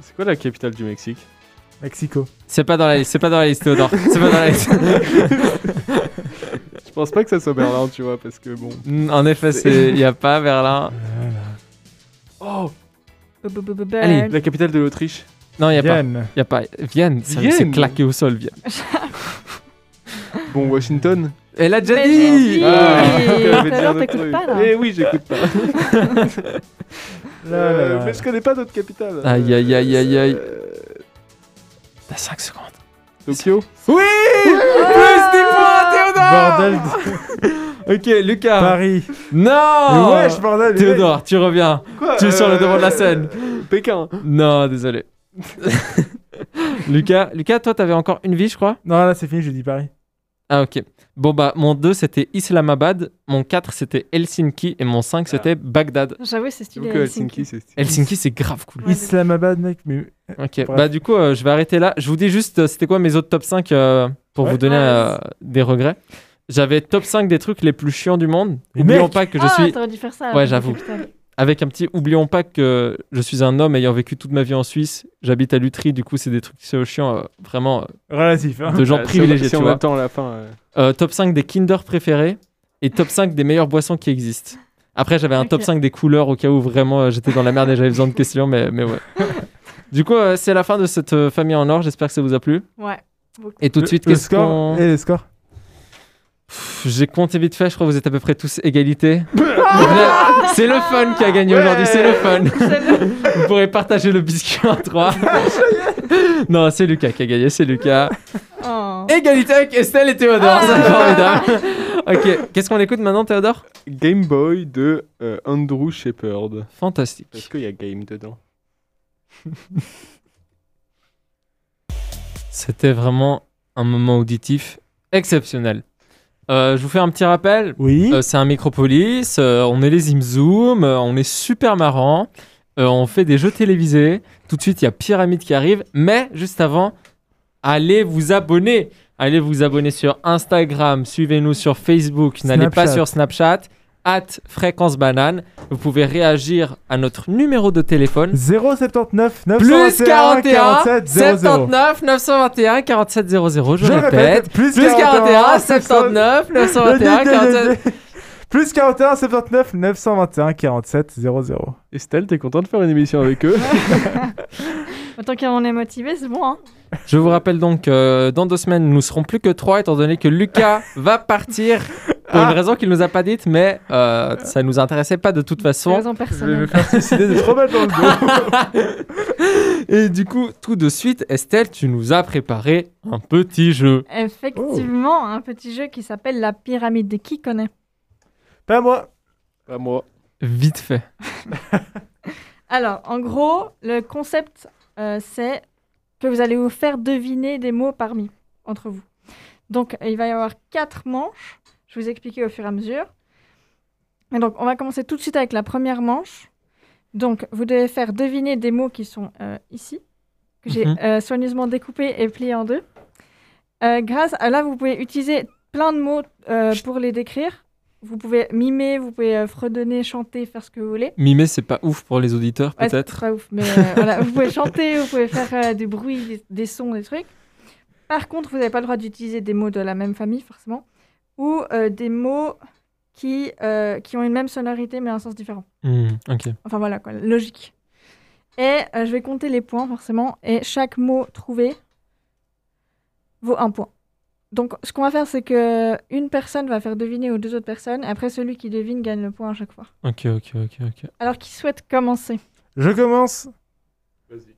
Speaker 5: c'est quoi la capitale du Mexique
Speaker 4: Mexico.
Speaker 2: C'est pas dans la liste. C'est pas dans la liste Théodore. C'est pas dans la
Speaker 4: [LAUGHS]
Speaker 2: liste.
Speaker 5: Je pense pas que ça soit Berlin, tu vois, parce que bon.
Speaker 2: Mm, en effet c'est y a pas Berlin.
Speaker 5: Oh
Speaker 3: B- b- b- b-
Speaker 2: Allez,
Speaker 3: Berne.
Speaker 5: La capitale de l'Autriche
Speaker 2: Non y a pas.
Speaker 4: Yann.
Speaker 2: Y a pas. Vienne. ça,
Speaker 5: Vienne.
Speaker 2: C'est claqué au sol Vienne.
Speaker 5: Bon, Washington
Speaker 2: Elle a déjà
Speaker 3: Mais
Speaker 2: dit.
Speaker 3: j'ai dit.
Speaker 5: Ah, [LAUGHS]
Speaker 3: Oui,
Speaker 5: j'allais
Speaker 3: tout à
Speaker 5: dire
Speaker 3: l'heure,
Speaker 5: d'autres
Speaker 3: t'écoutes
Speaker 5: trucs.
Speaker 3: pas, là.
Speaker 5: Eh oui, j'écoute pas.
Speaker 4: Ah, Là, là,
Speaker 5: Euh,
Speaker 4: là.
Speaker 5: mais je connais pas d'autres capitales.
Speaker 2: Aïe, aïe, aïe, aïe, aïe.
Speaker 5: Euh,
Speaker 2: T'as 5 secondes.
Speaker 5: Tokyo
Speaker 2: Oui. Plus 10 points Théodore.
Speaker 4: Bordel de
Speaker 2: Ok, Lucas.
Speaker 4: Paris.
Speaker 2: Non
Speaker 4: Mais wesh,
Speaker 2: Ah.
Speaker 4: bordel. mais wesh.
Speaker 2: Oh. [LAUGHS] Théodore, tu reviens.
Speaker 5: Quoi
Speaker 2: Tu es sur le devant de la
Speaker 5: Euh,
Speaker 2: scène.
Speaker 5: Pékin
Speaker 2: Non, désolé. [LAUGHS] Lucas, Lucas, toi, t'avais encore une vie, je crois
Speaker 4: Non, là, c'est fini, je dis Paris.
Speaker 2: Ah, ok. Bon, bah, mon 2, c'était Islamabad. Mon 4, c'était Helsinki. Et mon
Speaker 4: Ah.
Speaker 2: 5, c'était Bagdad.
Speaker 3: J'avoue, c'est stylé.
Speaker 5: J'avoue que Helsinki,
Speaker 3: Helsinki.
Speaker 5: c'est stylé.
Speaker 2: Helsinki, c'est grave cool.
Speaker 3: Ouais,
Speaker 4: Islamabad, mec. Mais
Speaker 2: Ok,
Speaker 4: Bref.
Speaker 2: bah, du coup, euh, je vais arrêter là. Je vous dis juste, euh, c'était quoi mes autres top 5 euh, pour
Speaker 4: Ouais.
Speaker 2: vous donner
Speaker 3: Ouais,
Speaker 2: euh, des regrets J'avais top 5 des trucs les plus chiants du monde.
Speaker 4: Mais
Speaker 2: N'oublions
Speaker 4: mec
Speaker 2: pas que je
Speaker 3: ah,
Speaker 2: suis
Speaker 3: t'aurais dû faire ça.
Speaker 2: Ouais,
Speaker 3: avec
Speaker 2: j'avoue.
Speaker 3: les capitales.
Speaker 2: avec un petit oublions pas que je suis un homme ayant vécu toute ma vie en Suisse. J'habite à Lutry, du coup, c'est des trucs c'est chiant, euh, vraiment euh,
Speaker 4: relatif. hein.
Speaker 2: de gens
Speaker 5: Ah, si on-
Speaker 2: privilégiés,
Speaker 5: Si
Speaker 2: tu
Speaker 5: on
Speaker 2: vois.
Speaker 5: attend la fin. euh,
Speaker 2: Euh, top 5 des Kinder préférés et top 5 des meilleures boissons qui existent. Après, j'avais un top
Speaker 3: Ok.
Speaker 2: 5 des couleurs au cas où vraiment euh, j'étais dans la merde et j'avais besoin de questions, mais, mais ouais. Du coup, euh, c'est la fin de cette euh, famille en or. J'espère que ça vous a plu.
Speaker 3: Ouais.
Speaker 2: Et tout de
Speaker 4: Le-
Speaker 2: suite,
Speaker 4: le
Speaker 2: qu'est-ce
Speaker 4: score
Speaker 2: qu'on.
Speaker 4: Et les scores
Speaker 2: Pff, J'ai compté vite fait, je crois que vous êtes à peu près tous
Speaker 5: [LAUGHS]
Speaker 2: égalité. Bien, c'est le fun qui a gagné aujourd'hui, c'est le
Speaker 3: [LAUGHS]
Speaker 2: fun. [LAUGHS]
Speaker 3: Je-
Speaker 2: Vous pourrez partager le biscuit en
Speaker 5: [LAUGHS]
Speaker 2: trois. non, c'est Lucas qui a gagné, c'est Lucas.
Speaker 3: Oh.
Speaker 2: Égalité avec Estelle et Théodore, c'est formidable. ok, qu'est-ce qu'on écoute maintenant, Théodore
Speaker 5: Game Boy de euh, Andrew Shepard. Parce
Speaker 2: Fantastique.
Speaker 5: qu'il y a game dedans.
Speaker 2: C'était vraiment un moment auditif exceptionnel. Euh, je vous fais un petit rappel.
Speaker 4: Oui.
Speaker 2: Euh, c'est un Micropolis, euh, on est les Imzoom, euh, on est super marrant, euh, on fait des jeux télévisés. Tout de suite, il y a Pyramide qui arrive, mais juste avant, allez vous abonner. Allez vous abonner sur Instagram, suivez-nous sur Facebook, n'allez pas
Speaker 4: Snapchat.
Speaker 2: sur Snapchat, at fréquence banane. Vous pouvez réagir à notre numéro de téléphone.
Speaker 4: 079
Speaker 2: Plus
Speaker 4: 921
Speaker 2: 41
Speaker 4: 47 00.
Speaker 2: 79 921 47 00, je,
Speaker 4: Je le
Speaker 2: répète.
Speaker 4: répète, plus
Speaker 2: Plus 41 79 921 47
Speaker 4: Plus 41 79 921 47 00.
Speaker 5: Estelle, t'es content de faire une émission avec eux
Speaker 3: Autant qu'on est motivé, c'est bon. Hein.
Speaker 2: Je vous rappelle donc, euh, dans deux semaines, nous serons plus que trois, étant donné que
Speaker 3: [LAUGHS]
Speaker 2: Lucas va partir pour
Speaker 3: Ah.
Speaker 2: une raison qu'il nous a pas dite, mais euh, ça nous intéressait pas de toute façon.
Speaker 3: Raison
Speaker 4: Je vais me
Speaker 3: personnelle.
Speaker 4: faire suicider de trop mal dans le dos.
Speaker 2: Et du coup, tout de suite, Estelle, tu nous as préparé un petit jeu.
Speaker 3: Effectivement, un petit jeu qui s'appelle La Pyramide. Qui connaît
Speaker 4: [LAUGHS] Pas moi.
Speaker 5: [LAUGHS] Pas moi.
Speaker 2: Vite fait.
Speaker 3: Alors, en gros, le concept, euh, c'est que vous allez vous faire deviner des mots parmi, entre vous. Donc, il va y avoir quatre manches. Je vous expliquer au fur et à mesure. Et donc, on va commencer tout de suite avec la première manche. Donc, vous devez faire deviner des mots qui sont euh, ici, que j'ai
Speaker 2: Mhm.
Speaker 3: euh, soigneusement découpés et pliés en deux. Euh, grâce à là, vous pouvez utiliser plein de mots euh, pour les décrire. Vous pouvez mimer, vous pouvez euh, fredonner, chanter, faire ce que vous voulez.
Speaker 2: Mimer, c'est pas ouf pour les auditeurs,
Speaker 3: Ouais, c'est
Speaker 2: peut-être.
Speaker 3: pas ouf, mais euh, voilà, vous pouvez chanter, vous pouvez faire euh, du bruit, des, des sons, des trucs. Par contre, vous n'avez pas le droit d'utiliser des mots de la même famille, forcément, ou euh, des mots qui, euh, qui ont une même sonorité mais un sens différent.
Speaker 2: Hmm, ok.
Speaker 3: Enfin voilà, quoi, logique. Et euh, je vais compter les points, forcément, et chaque mot trouvé vaut un point. Donc, ce qu'on va faire, c'est que une personne va faire deviner aux deux autres personnes. Après, celui qui devine gagne le point à chaque fois.
Speaker 2: Ok, ok, ok, ok.
Speaker 3: Alors, qui souhaite commencer
Speaker 4: Je commence.
Speaker 5: Vas-y.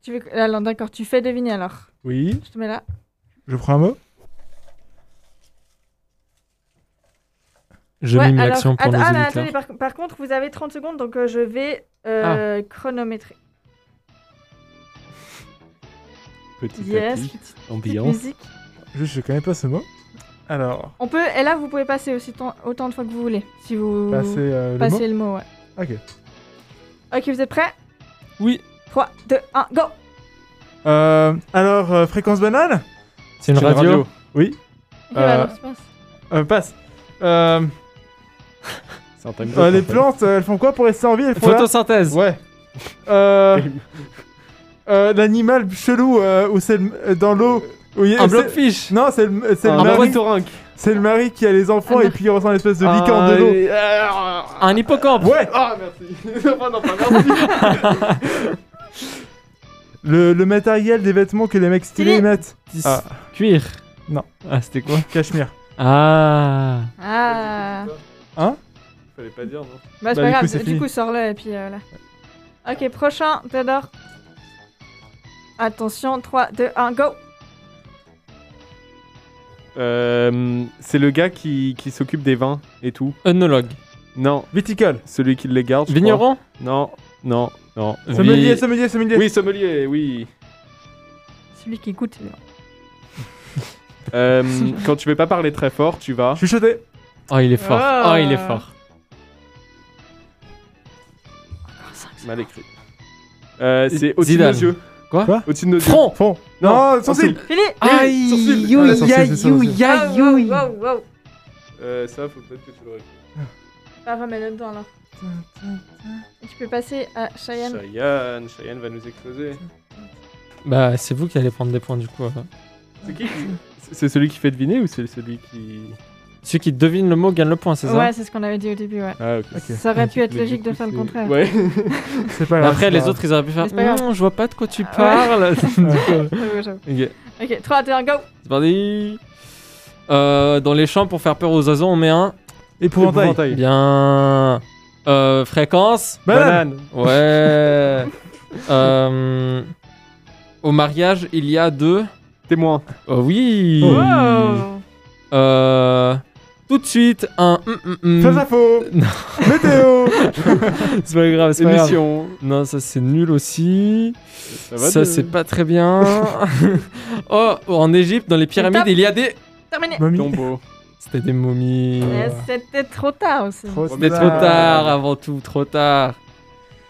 Speaker 3: Tu veux... Ah, Alors, d'accord, tu fais deviner alors.
Speaker 4: Oui.
Speaker 3: Je te mets là.
Speaker 4: Je prends un mot.
Speaker 2: Je
Speaker 3: Ouais,
Speaker 2: mime
Speaker 3: alors,
Speaker 2: l'action pour
Speaker 3: att-
Speaker 2: les
Speaker 3: ah, mais
Speaker 2: auditeurs.
Speaker 3: attendez, par, par contre, vous avez 30 secondes, donc euh, je vais euh, chronométrer.
Speaker 5: Petit
Speaker 3: yes,
Speaker 5: tapis,
Speaker 3: petite, petite
Speaker 5: ambiance.
Speaker 3: [LAUGHS] musique.
Speaker 4: Je, je connais pas ce mot. Alors,
Speaker 3: On peut, et là, vous pouvez passer aussi tant- autant de fois que vous voulez, si vous
Speaker 4: passer euh, le
Speaker 3: passez le mot. ouais.
Speaker 4: mot. Ok.
Speaker 3: Ok, vous êtes prêts
Speaker 2: Oui,
Speaker 3: 3, 2, 1, go
Speaker 4: Euh, alors, euh, fréquence banale
Speaker 2: c'est une
Speaker 4: C'est une
Speaker 2: radio.
Speaker 4: radio. Oui.
Speaker 3: Et voilà,
Speaker 4: Euh,
Speaker 3: alors, c'est pas-
Speaker 4: Euh, passe. Euh,
Speaker 5: C'est un time
Speaker 4: euh, les
Speaker 5: en fait.
Speaker 4: plantes, euh, elles font quoi pour rester en vie Elles font la-
Speaker 2: Photosynthèse.
Speaker 4: Ouais. Euh, euh, L'animal chelou euh, où c'est le- euh, dans l'eau. où il y a-
Speaker 2: Un
Speaker 4: c'est-
Speaker 2: blobfish.
Speaker 4: Non, c'est le, c'est le
Speaker 5: Un
Speaker 4: mari.
Speaker 5: vrai taurinque.
Speaker 4: C'est le mari qui a les enfants
Speaker 3: Ah,
Speaker 4: et puis il ressent l'espèce de licorne
Speaker 5: Ah,
Speaker 4: de l'eau.
Speaker 5: et- Ah
Speaker 2: Un hippocampe.
Speaker 4: Ouais.
Speaker 5: Ah, merci. [LAUGHS] Enfin, non, pas merci.
Speaker 4: Le, le matériel des vêtements que les mecs stylés
Speaker 3: Stylé.
Speaker 4: mettent.
Speaker 2: Tis-
Speaker 4: Ah.
Speaker 2: Cuir.
Speaker 4: Non.
Speaker 2: Ah, c'était quoi
Speaker 4: Cachemire.
Speaker 2: Ah.
Speaker 3: Ah
Speaker 4: Hein
Speaker 5: Fallait pas dire, non
Speaker 3: Bah, c'est
Speaker 4: Bah, du
Speaker 3: pas
Speaker 4: coup,
Speaker 3: grave,
Speaker 4: c'est
Speaker 3: du
Speaker 4: fini.
Speaker 3: coup, sors-le et puis euh, là. Ok, prochain, Théodore. Attention, 3, 2, 1, go
Speaker 5: Euh, c'est le gars qui, qui s'occupe des vins et tout.
Speaker 2: Œnologue.
Speaker 5: Non,
Speaker 4: Viticole.
Speaker 5: celui qui les garde. je
Speaker 2: Vigneron
Speaker 5: crois. Non, non, non.
Speaker 2: Vi-
Speaker 4: Sommelier, sommelier, sommelier.
Speaker 5: Oui, sommelier, oui.
Speaker 3: Celui qui écoute, il est
Speaker 5: Euh, quand tu veux pas parler très fort, tu vas.
Speaker 4: Chuchoter.
Speaker 2: Oh, il est fort.
Speaker 3: Ah.
Speaker 2: Oh, il est fort.
Speaker 3: encore 5
Speaker 5: Mal écrit. Euh, c'est au-dessus de
Speaker 2: Zidane.
Speaker 5: nos yeux.
Speaker 2: Quoi
Speaker 4: Quoi
Speaker 5: Au-dessus de nos yeux.
Speaker 2: Front
Speaker 4: Fond.
Speaker 5: Non,
Speaker 4: Non, sourcil.
Speaker 3: Fini Eh,
Speaker 5: Aïe, sourcil.
Speaker 2: youï,
Speaker 3: Ah,
Speaker 5: Ouais, sourcil,
Speaker 2: aïe,
Speaker 4: c'est sourcil.
Speaker 2: youï, aïe,
Speaker 3: Wow,
Speaker 2: youï.
Speaker 3: wow, wow.
Speaker 5: Euh, ça, faut peut-être que tu le répètes.
Speaker 3: Bah, remets-le dedans, là. Et tu peux passer à Cheyenne.
Speaker 5: Cheyenne, Cheyenne va nous exploser.
Speaker 2: Bah, c'est vous qui allez prendre des points du coup. alors.
Speaker 5: C'est qui qui-
Speaker 3: [LAUGHS]
Speaker 5: C'est celui qui fait deviner ou c'est celui qui.
Speaker 2: Celui qui devine le mot gagne le point, c'est ça
Speaker 3: Ouais, c'est ce qu'on avait dit au début, ouais.
Speaker 5: Ah, ok.
Speaker 4: Ok.
Speaker 3: Ça aurait pu être
Speaker 5: Mais
Speaker 3: logique
Speaker 5: du
Speaker 3: de
Speaker 5: coup,
Speaker 3: faire le
Speaker 5: c'est-
Speaker 3: contraire.
Speaker 5: Ouais.
Speaker 4: C'est pas grave.
Speaker 2: Bah, Après,
Speaker 4: c'est
Speaker 2: les
Speaker 4: pas
Speaker 2: autres, ils auraient pu faire.
Speaker 3: Mais c'est pas grave.
Speaker 2: Non, je vois pas de quoi tu [LAUGHS]
Speaker 3: Ah,
Speaker 2: parles.
Speaker 3: Ouais, j'avoue.
Speaker 2: Ok,
Speaker 3: ok, 3, 2, 1, go
Speaker 2: c'est parti. Euh, dans les champs, pour faire peur aux oiseaux, on met un.
Speaker 4: grave. Épouvantail.
Speaker 5: Épouvantail.
Speaker 2: Bien. Euh, fréquence.
Speaker 4: Banane.
Speaker 5: Banane.
Speaker 4: [LAUGHS]
Speaker 2: Ouais. Euh, au mariage, il y a deux.
Speaker 5: Témoin.
Speaker 2: Oh, oui.
Speaker 3: Wow.
Speaker 2: Euh, tout de suite, un. hum, hum, hum.
Speaker 4: Face à faux.
Speaker 2: Non.
Speaker 4: Météo.
Speaker 2: [LAUGHS] C'est pas grave, c'est pas grave.
Speaker 5: Émission.
Speaker 2: Non, ça c'est nul aussi. Ça,
Speaker 5: va de-
Speaker 2: c'est pas très bien. [LAUGHS] oh, en Égypte, dans les pyramides,
Speaker 3: Top.
Speaker 2: il y a des.
Speaker 3: Terminé
Speaker 4: Mamie.
Speaker 5: Tombeau.
Speaker 2: C'était des momies.
Speaker 3: Mais C'était trop tard aussi.
Speaker 2: C'était trop tard avant tout, trop tard.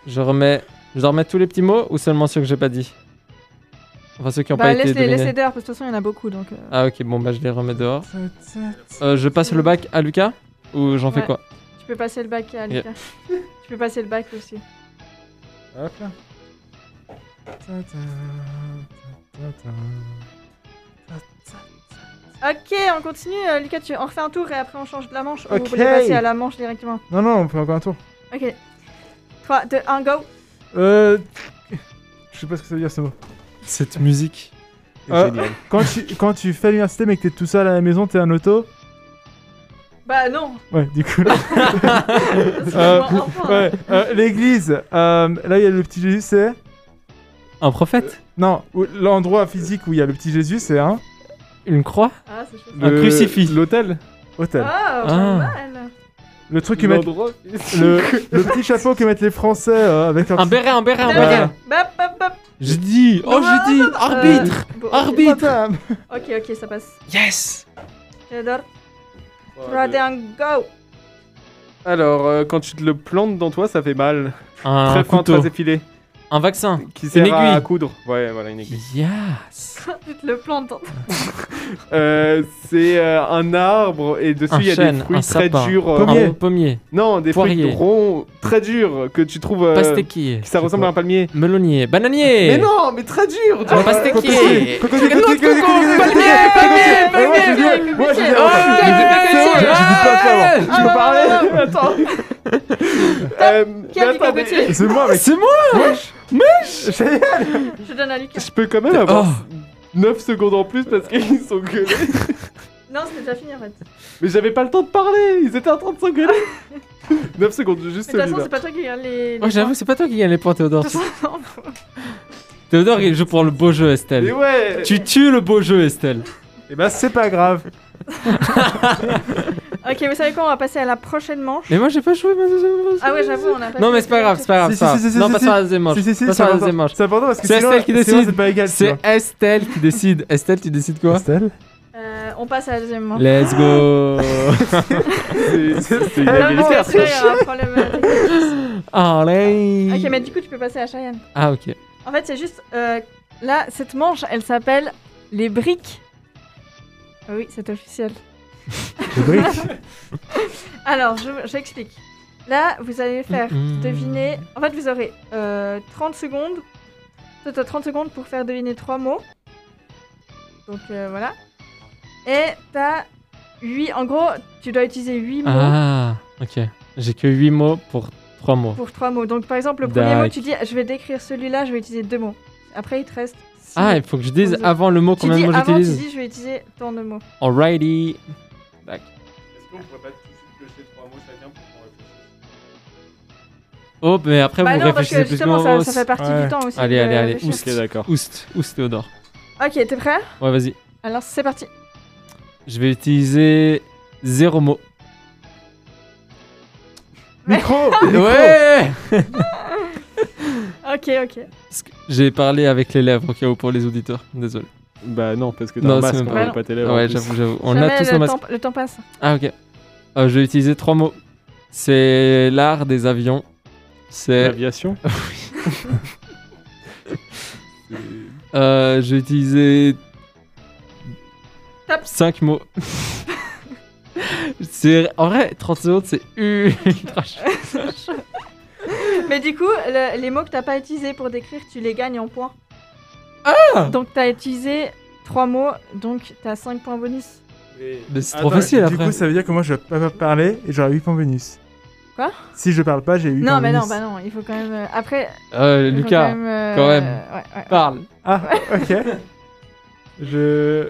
Speaker 2: Je remets. Je dois remettre tous les petits mots ou seulement ceux que j'ai pas dit Enfin ceux qui ont
Speaker 3: Bah,
Speaker 2: pas
Speaker 3: laisse
Speaker 2: été
Speaker 3: les, laisse les
Speaker 2: devinés.
Speaker 3: dehors, parce que de toute façon, il y en a beaucoup. Donc, euh,
Speaker 2: Ah ok, bon bah je les remets dehors. Euh, je passe le bac à Lucas ou j'en fais
Speaker 3: Ouais.
Speaker 2: quoi
Speaker 3: tu peux passer le bac à Lucas. tu peux passer le bac aussi.
Speaker 4: Hop là. Ta-ta, ta-ta.
Speaker 3: Ok, on continue. euh, Lucas, tu on refait un tour et après on change de la manche. Ou
Speaker 4: Ok.
Speaker 3: vous voulez passer à la manche directement
Speaker 4: Non, non, on fait encore un tour.
Speaker 3: Ok. 3, 2, 1, go.
Speaker 4: Euh. Je sais pas ce que ça veut dire ce mot.
Speaker 2: Cette musique.
Speaker 4: Euh,
Speaker 5: Génial.
Speaker 4: Quand tu, quand tu fais l'université mais que t'es tout seul à la maison, t'es un auto.
Speaker 3: Bah non.
Speaker 4: Ouais, du coup.
Speaker 3: c'est
Speaker 4: Euh,
Speaker 3: vraiment un point.
Speaker 4: ouais. euh, L'église. euh, là, il y a le petit Jésus, c'est.
Speaker 2: Un prophète
Speaker 4: Non, où- l'endroit physique où il y a le petit Jésus, c'est hein, un
Speaker 2: Une croix
Speaker 3: Ah, c'est chouette.
Speaker 2: Un
Speaker 5: Le-
Speaker 2: crucifix.
Speaker 5: L'hôtel
Speaker 4: hôtel.
Speaker 3: Ah, pas
Speaker 2: Ah.
Speaker 3: mal.
Speaker 4: Le truc que mettent.
Speaker 5: L'endroit-
Speaker 4: Le,
Speaker 5: [LAUGHS]
Speaker 4: le petit chapeau que mettent les Français euh, avec leur.
Speaker 2: Un béret, un béret, un
Speaker 3: Bah,
Speaker 2: béret
Speaker 4: Voilà.
Speaker 3: ok. Bap, bap, bap.
Speaker 2: J'ai dit Oh, j'ai dit Arbitre
Speaker 3: Euh, bon, ok.
Speaker 2: Arbitre
Speaker 4: Madame.
Speaker 3: Ok, ok, ça passe.
Speaker 2: Yes
Speaker 3: J'adore. 3, 2, 1, go.
Speaker 5: Oh, Alors, euh, quand tu te le plantes dans toi, ça fait mal.
Speaker 2: Un
Speaker 5: très
Speaker 2: Euh,
Speaker 5: fin,
Speaker 2: couteau.
Speaker 5: très effilé.
Speaker 2: Un vaccin.
Speaker 5: Qui sert
Speaker 2: Une
Speaker 5: à
Speaker 2: aiguille.
Speaker 5: coudre. Ouais, voilà,
Speaker 2: [LAUGHS]
Speaker 5: une aiguille.
Speaker 2: Yes
Speaker 3: Tu te le
Speaker 5: [LAUGHS]
Speaker 3: plantes.
Speaker 5: Euh, c'est euh, un arbre et dessus,
Speaker 2: Un
Speaker 5: il y a
Speaker 2: chêne,
Speaker 5: des fruits
Speaker 2: un
Speaker 5: très
Speaker 2: sapin.
Speaker 5: durs. euh,
Speaker 4: Pommier.
Speaker 2: Un pommier.
Speaker 5: Non, des
Speaker 2: Poirier.
Speaker 5: fruits ronds, très durs, que tu trouves... euh,
Speaker 2: Pastèque.
Speaker 5: ça ressemble à un palmier.
Speaker 2: Melonnier. Bananier
Speaker 5: Mais non, mais très dur tu
Speaker 2: Un
Speaker 5: vois.
Speaker 2: pastèque
Speaker 3: Palmier,
Speaker 4: Ouais, ouais, j'ai dit- ouais,
Speaker 3: palmier,
Speaker 4: j'ai dit-
Speaker 3: palmier.
Speaker 4: ouais, j'ai dit-
Speaker 2: palmier.
Speaker 4: j'ai dit plein de fois avant.
Speaker 5: Tu peux
Speaker 3: Ah,
Speaker 5: parler [LAUGHS] Attends
Speaker 3: Qui a
Speaker 5: Euh, mais
Speaker 3: dit
Speaker 5: attendez,
Speaker 3: cocotier
Speaker 4: C'est moi, mec.
Speaker 2: C'est moi
Speaker 3: Je donne à Lucas.
Speaker 5: Je peux quand même
Speaker 2: Oh.
Speaker 5: avoir 9 secondes en plus parce qu'ils sont gueulés.
Speaker 3: Non, c'était déjà fini en fait.
Speaker 5: Mais j'avais pas le temps de parler, ils étaient en train de
Speaker 2: [LAUGHS]
Speaker 5: s'engueuler. 9 secondes,
Speaker 3: Mais de toute
Speaker 5: juste
Speaker 3: façon,
Speaker 5: celui-là.
Speaker 3: c'est pas toi qui regarde les. les
Speaker 2: Ouais, Oh, j'avoue,
Speaker 3: points.
Speaker 2: c'est pas toi qui gagne les points, Théodore.
Speaker 3: De toute façon, non.
Speaker 2: Théodore, il joue pour le beau jeu,
Speaker 5: Mais
Speaker 2: Estelle.
Speaker 5: ouais
Speaker 2: Tu tues le beau jeu, Estelle.
Speaker 4: Et bah, c'est pas grave.
Speaker 3: [LAUGHS] ok, vous savez quoi On va passer à la prochaine manche.
Speaker 2: Mais moi, j'ai pas joué ma deuxième manche.
Speaker 3: Ah ouais, j'avoue, on a pas.
Speaker 2: Non,
Speaker 3: fait
Speaker 2: mais
Speaker 3: la
Speaker 2: c'est pas grave, c'est pas grave.
Speaker 4: Si,
Speaker 2: ça
Speaker 4: si,
Speaker 2: va.
Speaker 4: si, si,
Speaker 2: non,
Speaker 4: si,
Speaker 2: pas
Speaker 4: si.
Speaker 2: sur la deuxième manche.
Speaker 4: Si, si, si,
Speaker 2: Pas sur
Speaker 4: c'est
Speaker 2: la
Speaker 4: important.
Speaker 2: deuxième manche.
Speaker 4: C'est important parce que
Speaker 2: C'est
Speaker 4: sinon,
Speaker 2: Estelle qui
Speaker 4: sinon,
Speaker 2: décide.
Speaker 4: c'est pas égal. tu
Speaker 2: C'est
Speaker 4: vois.
Speaker 2: Estelle qui décide. Estelle, tu décides quoi
Speaker 4: Estelle
Speaker 3: Euh, on passe à la deuxième manche.
Speaker 2: Let's go
Speaker 5: C'est- C'est c'est
Speaker 3: Ah,
Speaker 5: inégalitaire,
Speaker 3: bon,
Speaker 5: ça.
Speaker 3: après, il y aura un problème.
Speaker 2: Allez
Speaker 3: ok, mais du coup, tu peux passer à Cheyenne.
Speaker 2: Ah, ok.
Speaker 3: En fait, c'est juste. euh, là, cette manche, elle s'appelle Les briques. Ah oui, c'est officiel.
Speaker 4: Les briques.
Speaker 3: Alors, je- j'explique. Là, vous allez faire
Speaker 2: Mm-mm.
Speaker 3: deviner. En fait, vous aurez euh, 30 secondes. Toi, t'as 30 secondes pour faire deviner trois mots. Donc euh, voilà. Et t'as 8. En gros, tu dois utiliser 8 mots
Speaker 2: Ah, ok. J'ai que 8 mots pour 3 mots.
Speaker 3: pour trois mots. Donc par exemple, le premier
Speaker 2: D'accord.
Speaker 3: mot, tu dis je vais décrire celui-là, je vais utiliser deux mots. Après, il te reste. six
Speaker 2: Ah,
Speaker 3: mots.
Speaker 2: il faut que je dise
Speaker 3: Vas-y.
Speaker 2: avant le mot
Speaker 3: tu
Speaker 2: combien
Speaker 3: dis
Speaker 2: de mots
Speaker 3: avant, tu
Speaker 2: j'utilise.
Speaker 3: dis je vais utiliser tant de mots.
Speaker 2: Alrighty.
Speaker 5: Est-ce qu'on pourrait pas tout de suite piocher trois mots chacun pour qu'on
Speaker 2: Oh,
Speaker 5: réfléchisse
Speaker 2: mais après,
Speaker 3: bah
Speaker 2: vous
Speaker 3: non, parce que
Speaker 2: réfléchissez plus
Speaker 3: justement, ça,
Speaker 2: grosse.
Speaker 3: ça fait partie
Speaker 4: Ouais.
Speaker 3: du temps aussi.
Speaker 2: Allez,
Speaker 3: de
Speaker 2: allez, allez.
Speaker 3: réfléchir.
Speaker 5: Ok, d'accord.
Speaker 2: Oust, Oust, Théodore.
Speaker 3: Ok, t'es prêt
Speaker 2: Ouais, vas-y.
Speaker 3: Alors c'est parti.
Speaker 2: Je vais utiliser zéro mot. [LAUGHS]
Speaker 4: Micro
Speaker 2: Ouais
Speaker 3: Ok, ok.
Speaker 2: Parce que J'ai parlé avec les lèvres, au cas où, pour les auditeurs. Désolé.
Speaker 5: Bah non, parce que t'as
Speaker 2: Non,
Speaker 5: un
Speaker 2: c'est
Speaker 5: masque,
Speaker 2: même
Speaker 5: on
Speaker 3: pas.
Speaker 5: voit pas tes lèvres. en
Speaker 2: ouais,
Speaker 5: plus.
Speaker 2: j'avoue, j'avoue. On
Speaker 3: Jamais
Speaker 2: a tous
Speaker 3: le,
Speaker 2: nos masques.
Speaker 3: temps, le temps passe.
Speaker 2: Ah, ok. Euh, je vais utiliser trois mots. C'est l'art des avions. C'est.
Speaker 5: L'aviation
Speaker 2: Euh, je vais utiliser.
Speaker 3: Top.
Speaker 2: 5 mots. [LAUGHS] C'est- en vrai, 30 secondes, c'est ultra chaud.
Speaker 3: Mais du coup, le- les mots que t'as pas utilisés pour décrire, tu les gagnes en points.
Speaker 2: Ah
Speaker 3: Donc t'as utilisé trois mots, donc t'as 5 points bonus.
Speaker 2: Mais c'est trop facile
Speaker 4: Du
Speaker 2: après.
Speaker 4: coup, ça veut dire que moi, je vais pas parler et j'aurai 8 points bonus.
Speaker 3: Quoi
Speaker 4: Si je parle pas, j'ai 8
Speaker 3: Non,
Speaker 4: points
Speaker 3: mais
Speaker 4: bonus.
Speaker 3: non, bah non, il faut quand même. euh, après,
Speaker 2: Euh,
Speaker 3: il faut
Speaker 2: Lucas,
Speaker 3: quand même. euh,
Speaker 2: quand même.
Speaker 3: ouais, ouais.
Speaker 2: parle.
Speaker 4: Ah, ok. Je.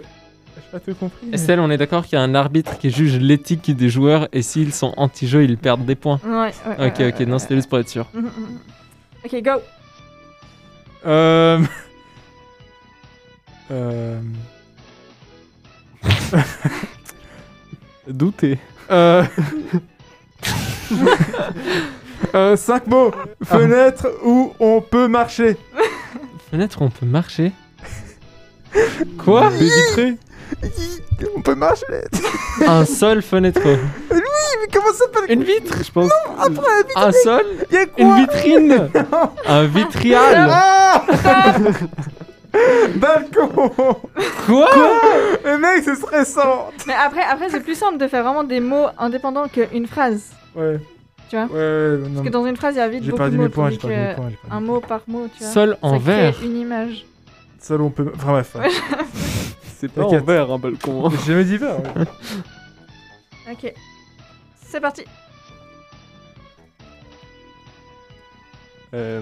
Speaker 4: J'ai pas tout compris. mais-
Speaker 2: Estelle, on est d'accord qu'il y a un arbitre qui juge l'éthique des joueurs et s'ils sont anti-jeu, ils perdent des points.
Speaker 3: Ouais, ouais, ouais,
Speaker 2: Ok,
Speaker 3: ouais,
Speaker 2: ok,
Speaker 3: ouais,
Speaker 2: non, c'était juste pour être sûr.
Speaker 3: ouais. Mhm, mhm. Ok, go.
Speaker 4: Euh. [LAUGHS] euh...
Speaker 5: Douter.
Speaker 4: Euh... [LAUGHS] euh, cinq mots. Fenêtre où on peut marcher.
Speaker 2: Fenêtre, on peut marcher [LAUGHS] Quoi
Speaker 5: Des vitrées
Speaker 4: On peut marcher
Speaker 2: Un sol fenêtre.
Speaker 4: Mais comment ça s'appelle
Speaker 2: Une vitre, je pense.
Speaker 4: après,
Speaker 2: un sol,
Speaker 4: Il y a
Speaker 2: une [LAUGHS]
Speaker 4: quoi
Speaker 2: vitrine, un vitrial.
Speaker 4: [LAUGHS] Ah Balcon
Speaker 2: Quoi
Speaker 4: Mais mec, c'est stressant
Speaker 3: Mais après, après c'est plus simple de faire vraiment des mots indépendants qu'une phrase.
Speaker 4: Ouais.
Speaker 3: Tu vois
Speaker 4: Ouais, ouais, non,
Speaker 3: Parce
Speaker 4: mais
Speaker 3: que dans une phrase, il y a vite
Speaker 4: J'ai
Speaker 3: beaucoup
Speaker 4: perdu
Speaker 3: de mots.
Speaker 4: mes points, j'ai
Speaker 3: tandis
Speaker 4: perdu
Speaker 3: que
Speaker 4: mes points. j'ai perdu
Speaker 3: Un
Speaker 4: mes
Speaker 3: mot par mot, tu vois.
Speaker 2: Sol
Speaker 3: ça
Speaker 2: en
Speaker 3: crée
Speaker 2: verre.
Speaker 3: une image.
Speaker 4: points. Salon, on peut. Enfin bref.
Speaker 5: C'est pas en
Speaker 4: T'inquiète.
Speaker 5: verre un balcon. hein.
Speaker 4: J'ai jamais dit vert. ouais.
Speaker 3: Ok. C'est parti.
Speaker 5: Euh,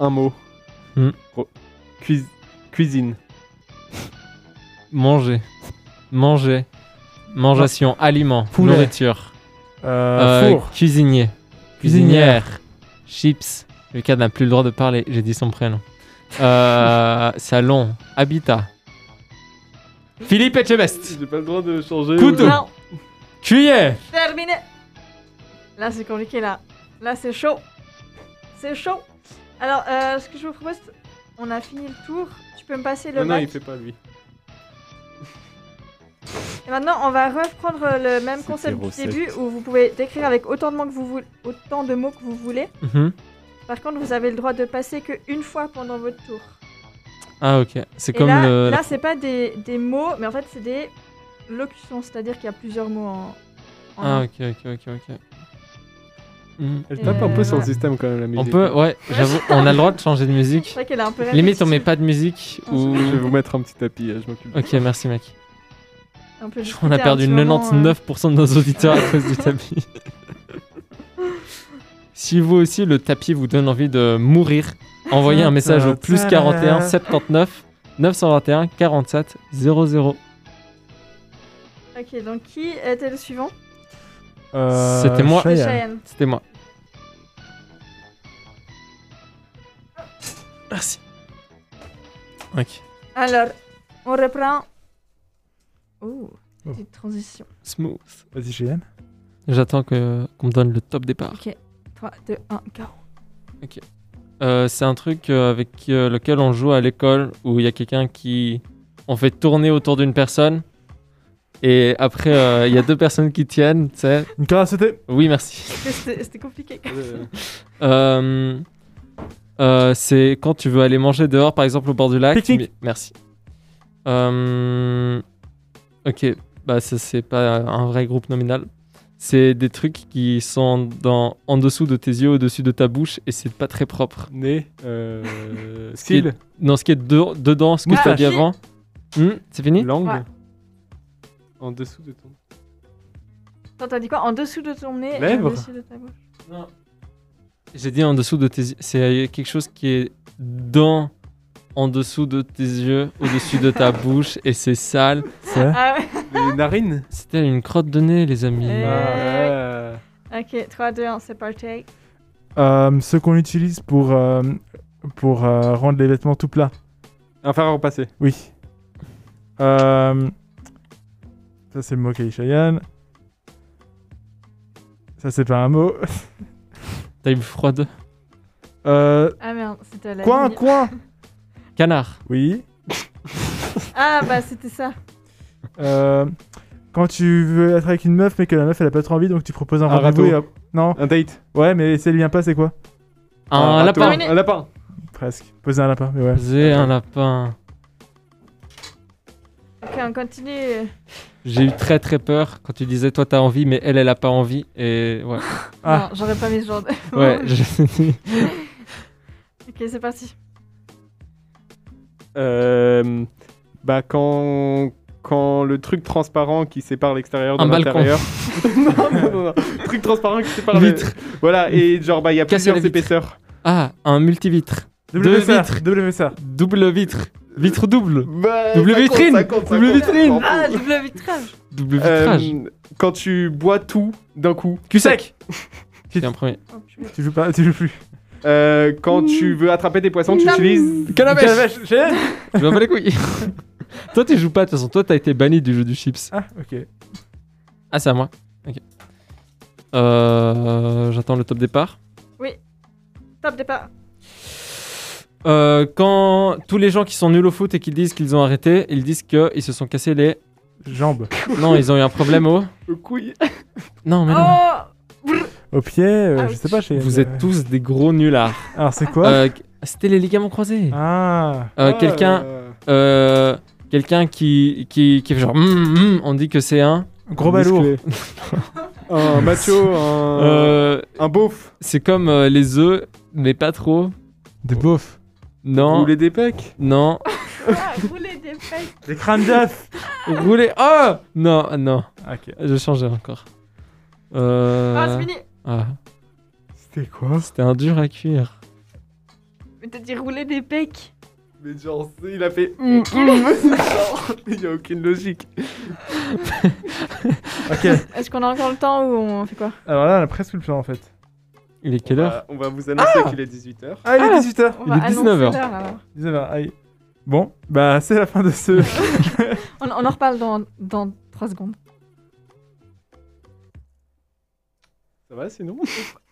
Speaker 5: Un mot.
Speaker 2: Hmm.
Speaker 5: Ro- cuis- Cuisine.
Speaker 2: Manger. Manger. Mangeation, aliment,
Speaker 4: Poulet.
Speaker 2: nourriture.
Speaker 4: Euh.
Speaker 2: Euh,
Speaker 4: Four.
Speaker 2: cuisinier.
Speaker 4: Cuisinière.
Speaker 2: Cuisinière. Chips. Lucas n'a plus le droit de parler, j'ai dit son prénom. Euh, salon. Habitat. Philippe Etchebest.
Speaker 5: J'ai pas le droit de changer.
Speaker 2: Couteau. Tout.
Speaker 3: Non,
Speaker 2: Cuillère.
Speaker 3: terminé. Là, c'est compliqué, là. Là, c'est chaud. C'est chaud. Alors, euh, ce que je vous propose, on a fini le tour. Tu peux me passer le
Speaker 5: Non, non,
Speaker 3: bac.
Speaker 5: il fait pas lui.
Speaker 3: Et maintenant, on va reprendre euh, le même
Speaker 5: C'était
Speaker 3: concept du
Speaker 5: recette.
Speaker 3: début où vous pouvez décrire avec autant de mots que vous voulez, autant de mots que vous voulez.
Speaker 2: Mhm.
Speaker 3: Par contre, vous avez le droit de passer que une fois pendant votre tour.
Speaker 2: Ah, ok. C'est
Speaker 3: Et
Speaker 2: comme
Speaker 3: là,
Speaker 2: le.
Speaker 3: là, c'est pas des, des mots, mais en fait, c'est des locutions, c'est-à-dire qu'il y a plusieurs mots en. en
Speaker 2: Ah, ok, ok, ok, ok. Mhm.
Speaker 5: Elle
Speaker 3: Euh,
Speaker 5: tape un peu sur le
Speaker 3: voilà.
Speaker 5: système quand même la musique.
Speaker 2: On peut, euh, ouais, j'avoue, on a le droit de changer de
Speaker 3: C'est
Speaker 2: musique.
Speaker 3: vrai qu'elle est un peu
Speaker 2: Limite, on
Speaker 3: répétitive,
Speaker 2: met pas de musique ou.
Speaker 5: Je vais vous mettre un petit tapis, euh, je m'occupe.
Speaker 2: Ok, merci mec.
Speaker 3: un
Speaker 2: [LAUGHS]
Speaker 3: peu
Speaker 2: On
Speaker 3: discuter
Speaker 2: a
Speaker 3: un
Speaker 2: perdu
Speaker 3: petit moment,
Speaker 2: 99% de nos auditeurs à cause du tapis. si vous aussi le tapis vous donne envie de mourir, envoyez un message au plus 41 79 921 47 00.
Speaker 3: euh. Ok, donc qui était le suivant
Speaker 4: Euh,
Speaker 2: C'était moi.
Speaker 3: C'est
Speaker 4: Cheyenne.
Speaker 3: Cheyenne.
Speaker 2: C'était moi. Merci. Ok.
Speaker 3: Alors, on reprend. Oh,
Speaker 4: Oh.
Speaker 3: petite transition.
Speaker 2: Smooth.
Speaker 4: Vas-y, Cheyenne.
Speaker 2: J'attends que- qu'on me donne le top départ.
Speaker 3: Ok, 3, 2, 1, go.
Speaker 2: Euh, c'est un truc euh, avec euh, lequel on joue à l'école où il y a quelqu'un qui. On fait tourner autour d'une personne et après euh, il y a deux personnes qui tiennent, tu sais.
Speaker 4: Une caractéristique.
Speaker 2: Oui, merci.
Speaker 3: C'était c'était compliqué.
Speaker 2: Euh, euh, c'est quand tu veux aller manger dehors, par exemple au bord du lac.
Speaker 4: Pique-nique.
Speaker 2: mais- Merci. Euh, Ok, bah ça c'est pas un vrai groupe nominal. C'est des trucs qui sont dans, en dessous de tes yeux, au-dessus de ta bouche et c'est pas très propre.
Speaker 5: Né. Euh...
Speaker 2: Ce qui est-
Speaker 5: Style.
Speaker 2: Non, ce qui est de- dedans, ce que
Speaker 3: Moustache.
Speaker 2: tu as dit avant. Hmm, c'est fini
Speaker 5: Langue.
Speaker 3: Ouais.
Speaker 5: En dessous de ton.
Speaker 3: Attends, t'as dit quoi En dessous de ton nez et en
Speaker 5: Lèvres.
Speaker 3: dessous de ta bouche.
Speaker 2: J'ai dit en dessous de tes yeux. C'est euh, quelque chose qui est dans, en dessous de tes yeux, au-dessus de ta bouche, et c'est sale.
Speaker 3: Ah ouais
Speaker 5: Les narines.
Speaker 2: C'était une crotte de nez, les amis.
Speaker 3: Euh.
Speaker 5: Ah, ouais.
Speaker 3: Ok, 3, 2, 1, c'est parti.
Speaker 4: Euh, ce qu'on utilise pour, euh, pour euh, rendre les vêtements tout plats.
Speaker 5: Un fer à repasser.
Speaker 4: Oui. Euh, Ça, c'est le mot qu'a dit Cheyenne. Ça, c'est pas un mot.
Speaker 2: T'as eu froide.
Speaker 4: Euh,
Speaker 3: Ah merde, c'était la
Speaker 4: coin,
Speaker 3: ligne.
Speaker 4: coin
Speaker 2: Canard.
Speaker 4: Oui.
Speaker 3: Ah bah c'était ça.
Speaker 4: Euh, quand tu veux être avec une meuf, mais que la meuf, elle a pas trop envie, donc tu proposes un,
Speaker 5: Un
Speaker 4: rendez-vous.
Speaker 5: râteau.
Speaker 4: et hop. Non
Speaker 5: Un date.
Speaker 4: Ouais, mais si elle vient pas, c'est quoi
Speaker 2: Un,
Speaker 5: râteau.
Speaker 2: lapin.
Speaker 3: Terminé.
Speaker 5: Un lapin.
Speaker 4: Presque. Poser un lapin, mais ouais.
Speaker 2: J'ai un lapin.
Speaker 3: Ok, on continue.
Speaker 2: J'ai eu très très peur quand tu disais toi t'as envie, mais elle elle a pas envie. Et ouais.
Speaker 4: Ah.
Speaker 3: Non, j'aurais pas mis ce genre de... [LAUGHS]
Speaker 2: Ouais, je... [LAUGHS]
Speaker 3: ok, c'est parti.
Speaker 5: Euh, bah quand quand le truc transparent qui sépare l'extérieur de
Speaker 2: Un balcon. [LAUGHS]
Speaker 5: l'intérieur. non, non, non, non. Truc transparent qui sépare le-
Speaker 2: Vitre.
Speaker 5: Voilà et genre bah il y a
Speaker 2: Casser la
Speaker 5: plusieurs
Speaker 2: vitre.
Speaker 5: épaisseurs.
Speaker 2: Ah, un multivitre. Deux
Speaker 4: WSA.
Speaker 2: vitres.
Speaker 4: WSA.
Speaker 2: Double vitre. Vitre double.
Speaker 5: Bah,
Speaker 2: Double
Speaker 5: ça compte,
Speaker 2: vitrine.
Speaker 5: ça compte, ça
Speaker 2: Double
Speaker 5: compte.
Speaker 2: vitrine.
Speaker 3: Ah, double vitrage.
Speaker 2: Double
Speaker 5: Euh,
Speaker 2: vitrage.
Speaker 5: quand tu bois tout d'un coup.
Speaker 2: Cul sec. J'étais en premier.
Speaker 3: Oh, purée.
Speaker 4: Tu joues pas, tu joues plus.
Speaker 5: Euh, quand tu veux attraper des poissons, tu
Speaker 3: Nam.
Speaker 5: utilises.
Speaker 2: Canapé.
Speaker 4: Calavache, Cheyenne
Speaker 2: Je m'en bats les couilles. [LAUGHS] toi, tu joues pas, de toute façon. Toi, t'as été banni du jeu du chips.
Speaker 4: Ah, ok.
Speaker 2: Ah, c'est à moi. Ok. Euh, J'attends le top départ.
Speaker 3: Top départ.
Speaker 2: euh, quand tous les gens qui sont nuls au foot et qui disent qu'ils ont arrêté, ils disent qu'ils se sont cassés les.
Speaker 4: Jambes.
Speaker 2: Non, ils ont eu un problème au.
Speaker 5: Le couille.
Speaker 2: Euh, Non, mais non.
Speaker 3: Oh
Speaker 4: Au pied, euh, je
Speaker 3: Ouch.
Speaker 4: sais pas. Chez...
Speaker 2: Vous êtes tous des gros nulards.
Speaker 4: Alors c'est quoi
Speaker 2: Euh, C'était les ligaments croisés.
Speaker 4: Ah.
Speaker 2: Euh, Quelqu'un euh, quelqu'un qui, qui, qui fait genre. Hum, hum on dit que c'est un.
Speaker 4: Gros balourd.
Speaker 5: un macho, un,
Speaker 2: Euh,
Speaker 5: un beauf.
Speaker 2: c'est comme euh, les œufs, mais pas trop.
Speaker 4: Des beaufs.
Speaker 2: Non.
Speaker 5: Ou les dépecs.
Speaker 2: Non.
Speaker 3: Ah, rouler des fesses.
Speaker 4: Des crânes d'œufs.
Speaker 2: Roulez. Oh Non, non.
Speaker 4: ok.
Speaker 2: Je changeais encore. Euh,
Speaker 3: Ah, c'est fini.
Speaker 2: ah,
Speaker 4: C'était quoi
Speaker 2: C'était un dur à cuire.
Speaker 3: Mais t'as dit rouler des pecs.
Speaker 5: Mais genre, il a fait. [LAUGHS]
Speaker 3: Mm,
Speaker 5: Genre, Il n'y a aucune logique.
Speaker 4: Ok.
Speaker 3: Est-ce qu'on a encore le temps ou on fait quoi
Speaker 4: Alors là, on a presque le plan en fait.
Speaker 2: Il est quelle heure
Speaker 5: Bah, on va vous annoncer qu'il est 18h.
Speaker 4: Ah, il est 18h.
Speaker 3: On
Speaker 2: Il
Speaker 3: va
Speaker 2: est
Speaker 3: annoncer
Speaker 2: 19 heures.
Speaker 3: l'heure, alors.
Speaker 4: 19h. Aïe. Bon, bah c'est la fin de ce.
Speaker 3: On, on en reparle dans, dans 3 secondes.
Speaker 5: Ça va sinon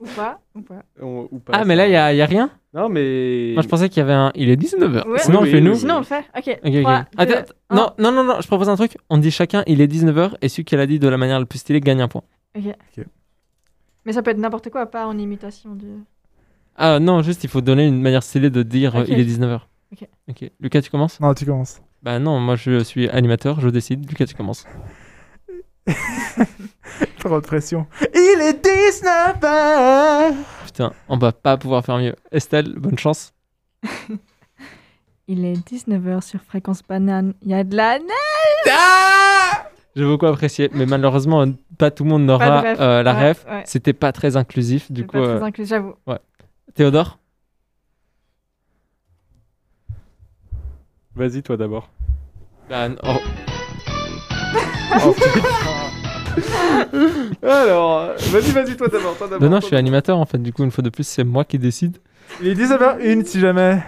Speaker 3: Ou pas, ou pas.
Speaker 5: On- ou pas,
Speaker 2: Ah, mais là, il y a, y a rien
Speaker 5: Non, mais.
Speaker 2: Moi, je pensais qu'il y avait un. Il est 19h.
Speaker 3: Ouais.
Speaker 2: Sinon, on le
Speaker 5: Oui,
Speaker 2: fait
Speaker 5: oui,
Speaker 2: nous.
Speaker 5: oui.
Speaker 3: Sinon, on le fait. Ok.
Speaker 2: Ok, ok.
Speaker 3: 3,
Speaker 2: Attends,
Speaker 3: 2,
Speaker 2: attends, non, non, non, non, je propose un truc. On dit chacun, il est 19h et celui qui l'a dit de la manière la plus stylée gagne un point.
Speaker 3: Mais ça peut être n'importe quoi, pas en imitation du.
Speaker 2: Ah non, juste, il faut donner une manière stylée de dire euh,
Speaker 3: Ok.
Speaker 2: il est 19h.
Speaker 3: Ok.
Speaker 2: ok. Lucas, tu commences
Speaker 4: Non, tu commences.
Speaker 2: Bah non, moi je suis animateur, je décide. Lucas, tu commences.
Speaker 4: Trop de pression. Il est 19h.
Speaker 2: Putain, on va pas pouvoir faire mieux. Estelle, bonne chance.
Speaker 3: Il est 19h sur Fréquence Banane. Il y a de la neige.
Speaker 2: J'ai beaucoup apprécié, mais malheureusement, pas tout le monde n'aura
Speaker 3: Pas de ref.
Speaker 2: euh, la
Speaker 3: Ouais,
Speaker 2: ref.
Speaker 3: ouais.
Speaker 2: C'était pas très inclusif,
Speaker 3: C'est
Speaker 2: du coup.
Speaker 3: pas très
Speaker 2: euh,
Speaker 3: inclus, j'avoue.
Speaker 2: Théodore
Speaker 5: Vas-y, toi d'abord.
Speaker 2: Bah, n- oh,
Speaker 5: Alors, vas-y, vas-y, toi d'abord. Toi d'abord.
Speaker 2: Non, non,
Speaker 5: toi
Speaker 2: je suis animateur en fait, du coup, une fois de plus, c'est moi qui décide.
Speaker 4: Il est 19h01 si jamais.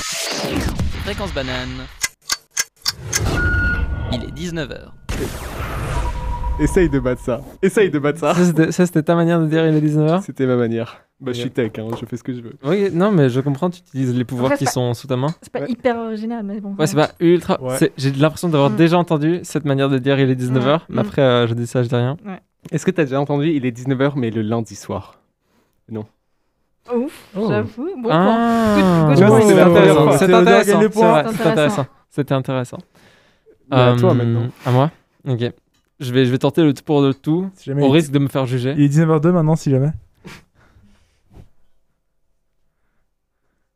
Speaker 1: Fréquence banane. Il est 19h.
Speaker 5: d'abord. Essaye de battre ça. Essaye de battre ça.
Speaker 2: Ça, hein c'était- Ça, c'était ta manière de dire il est 19h
Speaker 5: C'était ma manière. Bah, je suis tech, hein, je fais ce que je veux.
Speaker 2: Oui, non, mais je comprends, tu utilises les pouvoirs
Speaker 3: Après,
Speaker 2: qui
Speaker 3: c'est pas-
Speaker 2: sont sous ta main.
Speaker 3: C'est pas
Speaker 5: Ouais.
Speaker 3: hyper original, mais bon.
Speaker 2: Ouais, c'est pas ultra.
Speaker 4: Ouais.
Speaker 2: c'est- J'ai l'impression d'avoir
Speaker 3: Mm.
Speaker 2: déjà entendu cette manière de dire il est 19h,
Speaker 3: Mm.
Speaker 2: mais après, euh, je dis ça, je dis rien.
Speaker 5: Est-ce que t'as déjà entendu Il est 19h, mais le lundi soir.
Speaker 3: Ouf,
Speaker 2: Oh.
Speaker 3: j'avoue. Bon point.
Speaker 2: Ah.
Speaker 3: hein. Good- good
Speaker 4: point.
Speaker 2: C'est
Speaker 4: Ouais,
Speaker 2: intéressant,
Speaker 4: ouais,
Speaker 2: c'est
Speaker 4: ouais.
Speaker 2: intéressant.
Speaker 4: Théodore gagne le
Speaker 2: c'est vrai,
Speaker 3: point.
Speaker 2: c'est intéressant. C'était intéressant.
Speaker 5: Mais à Bah, toi
Speaker 2: Euh,
Speaker 5: maintenant.
Speaker 2: À moi Ok. Je vais, je vais tenter le tout pour le tout,
Speaker 4: Si jamais.
Speaker 2: au
Speaker 4: il-
Speaker 2: risque de me faire juger.
Speaker 4: Il est 19h02 maintenant si jamais.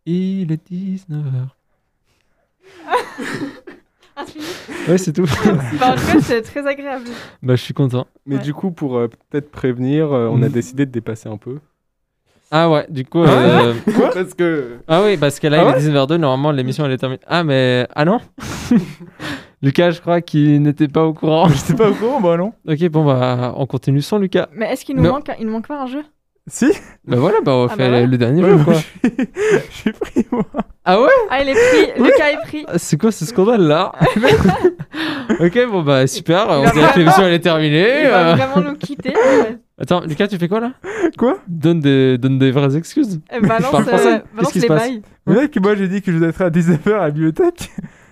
Speaker 2: Il est 19h.
Speaker 3: Ah, c'est fini
Speaker 2: Ouais, c'est tout.
Speaker 3: Bah, en tout cas, c'est très agréable.
Speaker 2: bah, je suis content.
Speaker 5: Mais
Speaker 3: Ouais.
Speaker 5: du coup, pour euh, peut-être prévenir, euh, on a
Speaker 2: Mm.
Speaker 5: décidé de dépasser un peu.
Speaker 2: Ah ouais, du coup.
Speaker 5: Ah ouais
Speaker 2: euh,
Speaker 5: [LAUGHS] Parce que.
Speaker 2: Ah oui, parce que là,
Speaker 5: Ah
Speaker 2: il
Speaker 5: ouais
Speaker 2: est 19h02, normalement, l'émission, elle est terminée. Ah, mais... Ah non [LAUGHS] Lucas, je crois qu'il n'était pas au courant.
Speaker 4: [LAUGHS] J'étais pas au courant, bah non.
Speaker 2: ok, bon, bah, on continue sans Lucas.
Speaker 3: Mais est-ce qu'il nous
Speaker 2: Non.
Speaker 3: manque, il nous manque pas un jeu
Speaker 4: Si
Speaker 2: Bah voilà, bah, on
Speaker 3: Ah
Speaker 2: fait
Speaker 3: bah ouais.
Speaker 2: le dernier
Speaker 4: Ouais,
Speaker 2: jeu, quoi.
Speaker 4: moi, Je suis- je suis pris, moi.
Speaker 2: [LAUGHS] Ah ouais
Speaker 3: Ah, il est pris.
Speaker 2: [LAUGHS]
Speaker 3: Lucas est pris.
Speaker 2: C'est quoi ce [LAUGHS] scandale-là Ok, bon, bah, super, on
Speaker 3: va
Speaker 2: dirait que
Speaker 3: vraiment-
Speaker 2: l'émission, elle est terminée.
Speaker 3: il va
Speaker 2: euh.
Speaker 3: vraiment
Speaker 2: [LAUGHS]
Speaker 3: nous quitter. Ouais.
Speaker 2: Attends, Lucas, tu fais quoi, là
Speaker 4: Quoi
Speaker 2: donne des, donne des vraies excuses.
Speaker 3: Eh, Balance,
Speaker 2: parle
Speaker 3: euh,
Speaker 2: français. Qu'est-ce
Speaker 3: balance
Speaker 2: qui se
Speaker 3: les
Speaker 2: passe
Speaker 3: bails.
Speaker 4: Mais là que moi j'ai dit que je vous arrêterai à 19h à la bibliothèque.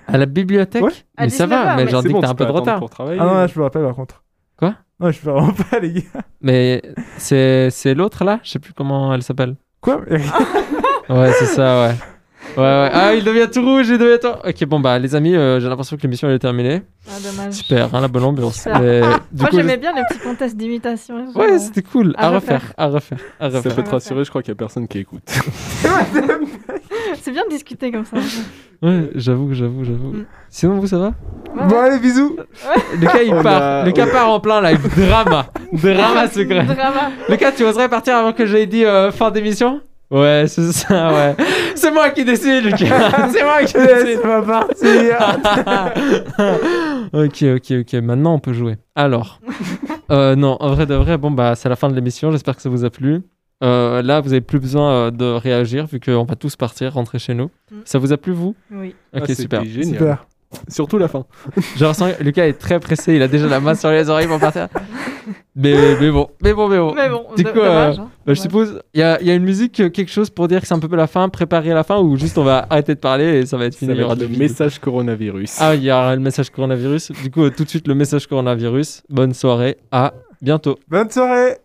Speaker 2: À la bibliothèque
Speaker 4: Ouais.
Speaker 2: Mais
Speaker 3: À
Speaker 2: ça va,
Speaker 3: 19h,
Speaker 2: mais
Speaker 3: mais-
Speaker 2: genre,
Speaker 5: C'est
Speaker 2: dès
Speaker 5: bon,
Speaker 2: que t'as
Speaker 5: tu
Speaker 2: un peu de
Speaker 5: peux attendre
Speaker 2: retard.
Speaker 5: Pour travailler.
Speaker 4: Ah non, là je me rappelle par contre.
Speaker 2: Quoi
Speaker 4: Non, je peux vraiment pas les gars.
Speaker 2: Mais c'est c'est l'autre, là Je sais plus comment elle s'appelle.
Speaker 4: Quoi
Speaker 2: Ah, Ouais, c'est ça, ouais. Ouais, ouais. Ah, il devient tout rouge, il devient tout. Ok, bon, bah, les amis, euh, j'ai l'impression que l'émission elle est terminée.
Speaker 3: Ah, dommage.
Speaker 2: Super, hein, la bonne ambiance.
Speaker 3: Super.
Speaker 2: Mais, du
Speaker 3: Moi,
Speaker 2: coup,
Speaker 3: j'aimais bien les petits contests d'imitation.
Speaker 2: je-
Speaker 3: genre,
Speaker 2: Ouais,
Speaker 3: euh,
Speaker 2: c'était cool.
Speaker 3: À
Speaker 2: À, refaire, à refaire, à
Speaker 5: Ça
Speaker 2: refaire.
Speaker 5: peut te rassurer, je crois qu'il n'y a personne qui écoute.
Speaker 3: C'est bien de discuter comme ça.
Speaker 2: Ouais, j'avoue, j'avoue, j'avoue.
Speaker 3: Mm.
Speaker 2: Sinon, vous, ça va
Speaker 3: Ouais,
Speaker 4: Bon
Speaker 3: ouais.
Speaker 4: allez, bisous.
Speaker 2: Lucas, il
Speaker 5: On
Speaker 2: part.
Speaker 5: a-
Speaker 2: Lucas part en plein live. Drama. Drama secret.
Speaker 3: Drama.
Speaker 2: Lucas, tu oserais partir avant que j'aie dit euh, fin d'émission Ouais, c'est ça, ouais. C'est moi qui décide, Lucas. Ah, c'est moi qui Ah. décide.
Speaker 4: Laisse va partir.
Speaker 2: [LAUGHS] ok, ok, ok. Maintenant, on peut jouer. Alors, euh, non, en vrai de vrai, bon, bah, c'est la fin de l'émission. J'espère que ça vous a plu. Euh, là, vous n'avez plus besoin euh, de réagir vu qu'on va tous partir, rentrer chez nous.
Speaker 3: Mm.
Speaker 2: Ça vous a plu, vous
Speaker 3: Oui.
Speaker 2: Ok,
Speaker 5: Ah, c'était
Speaker 2: super.
Speaker 5: Génial.
Speaker 4: Super.
Speaker 5: Surtout la fin.
Speaker 2: Je ressens que Lucas est très pressé, il a déjà la main sur les oreilles pour partir. Mais, mais bon, mais bon, mais bon.
Speaker 3: Mais bon,
Speaker 2: Du
Speaker 3: do-
Speaker 2: coup, euh,
Speaker 3: dommage. hein.
Speaker 2: Bah, je
Speaker 3: Ouais.
Speaker 2: suppose, il y a, il y a une musique, euh, quelque chose pour dire que c'est un peu la fin, préparer la fin, ou juste on va arrêter de parler et ça va être
Speaker 5: Ça
Speaker 2: fini.
Speaker 5: va
Speaker 2: il y aura
Speaker 5: être le
Speaker 2: des vidéos.
Speaker 5: message coronavirus.
Speaker 2: Ah, il y aura le message coronavirus. Du coup, euh, tout de suite, le message coronavirus. Bonne soirée, à bientôt.
Speaker 4: Bonne soirée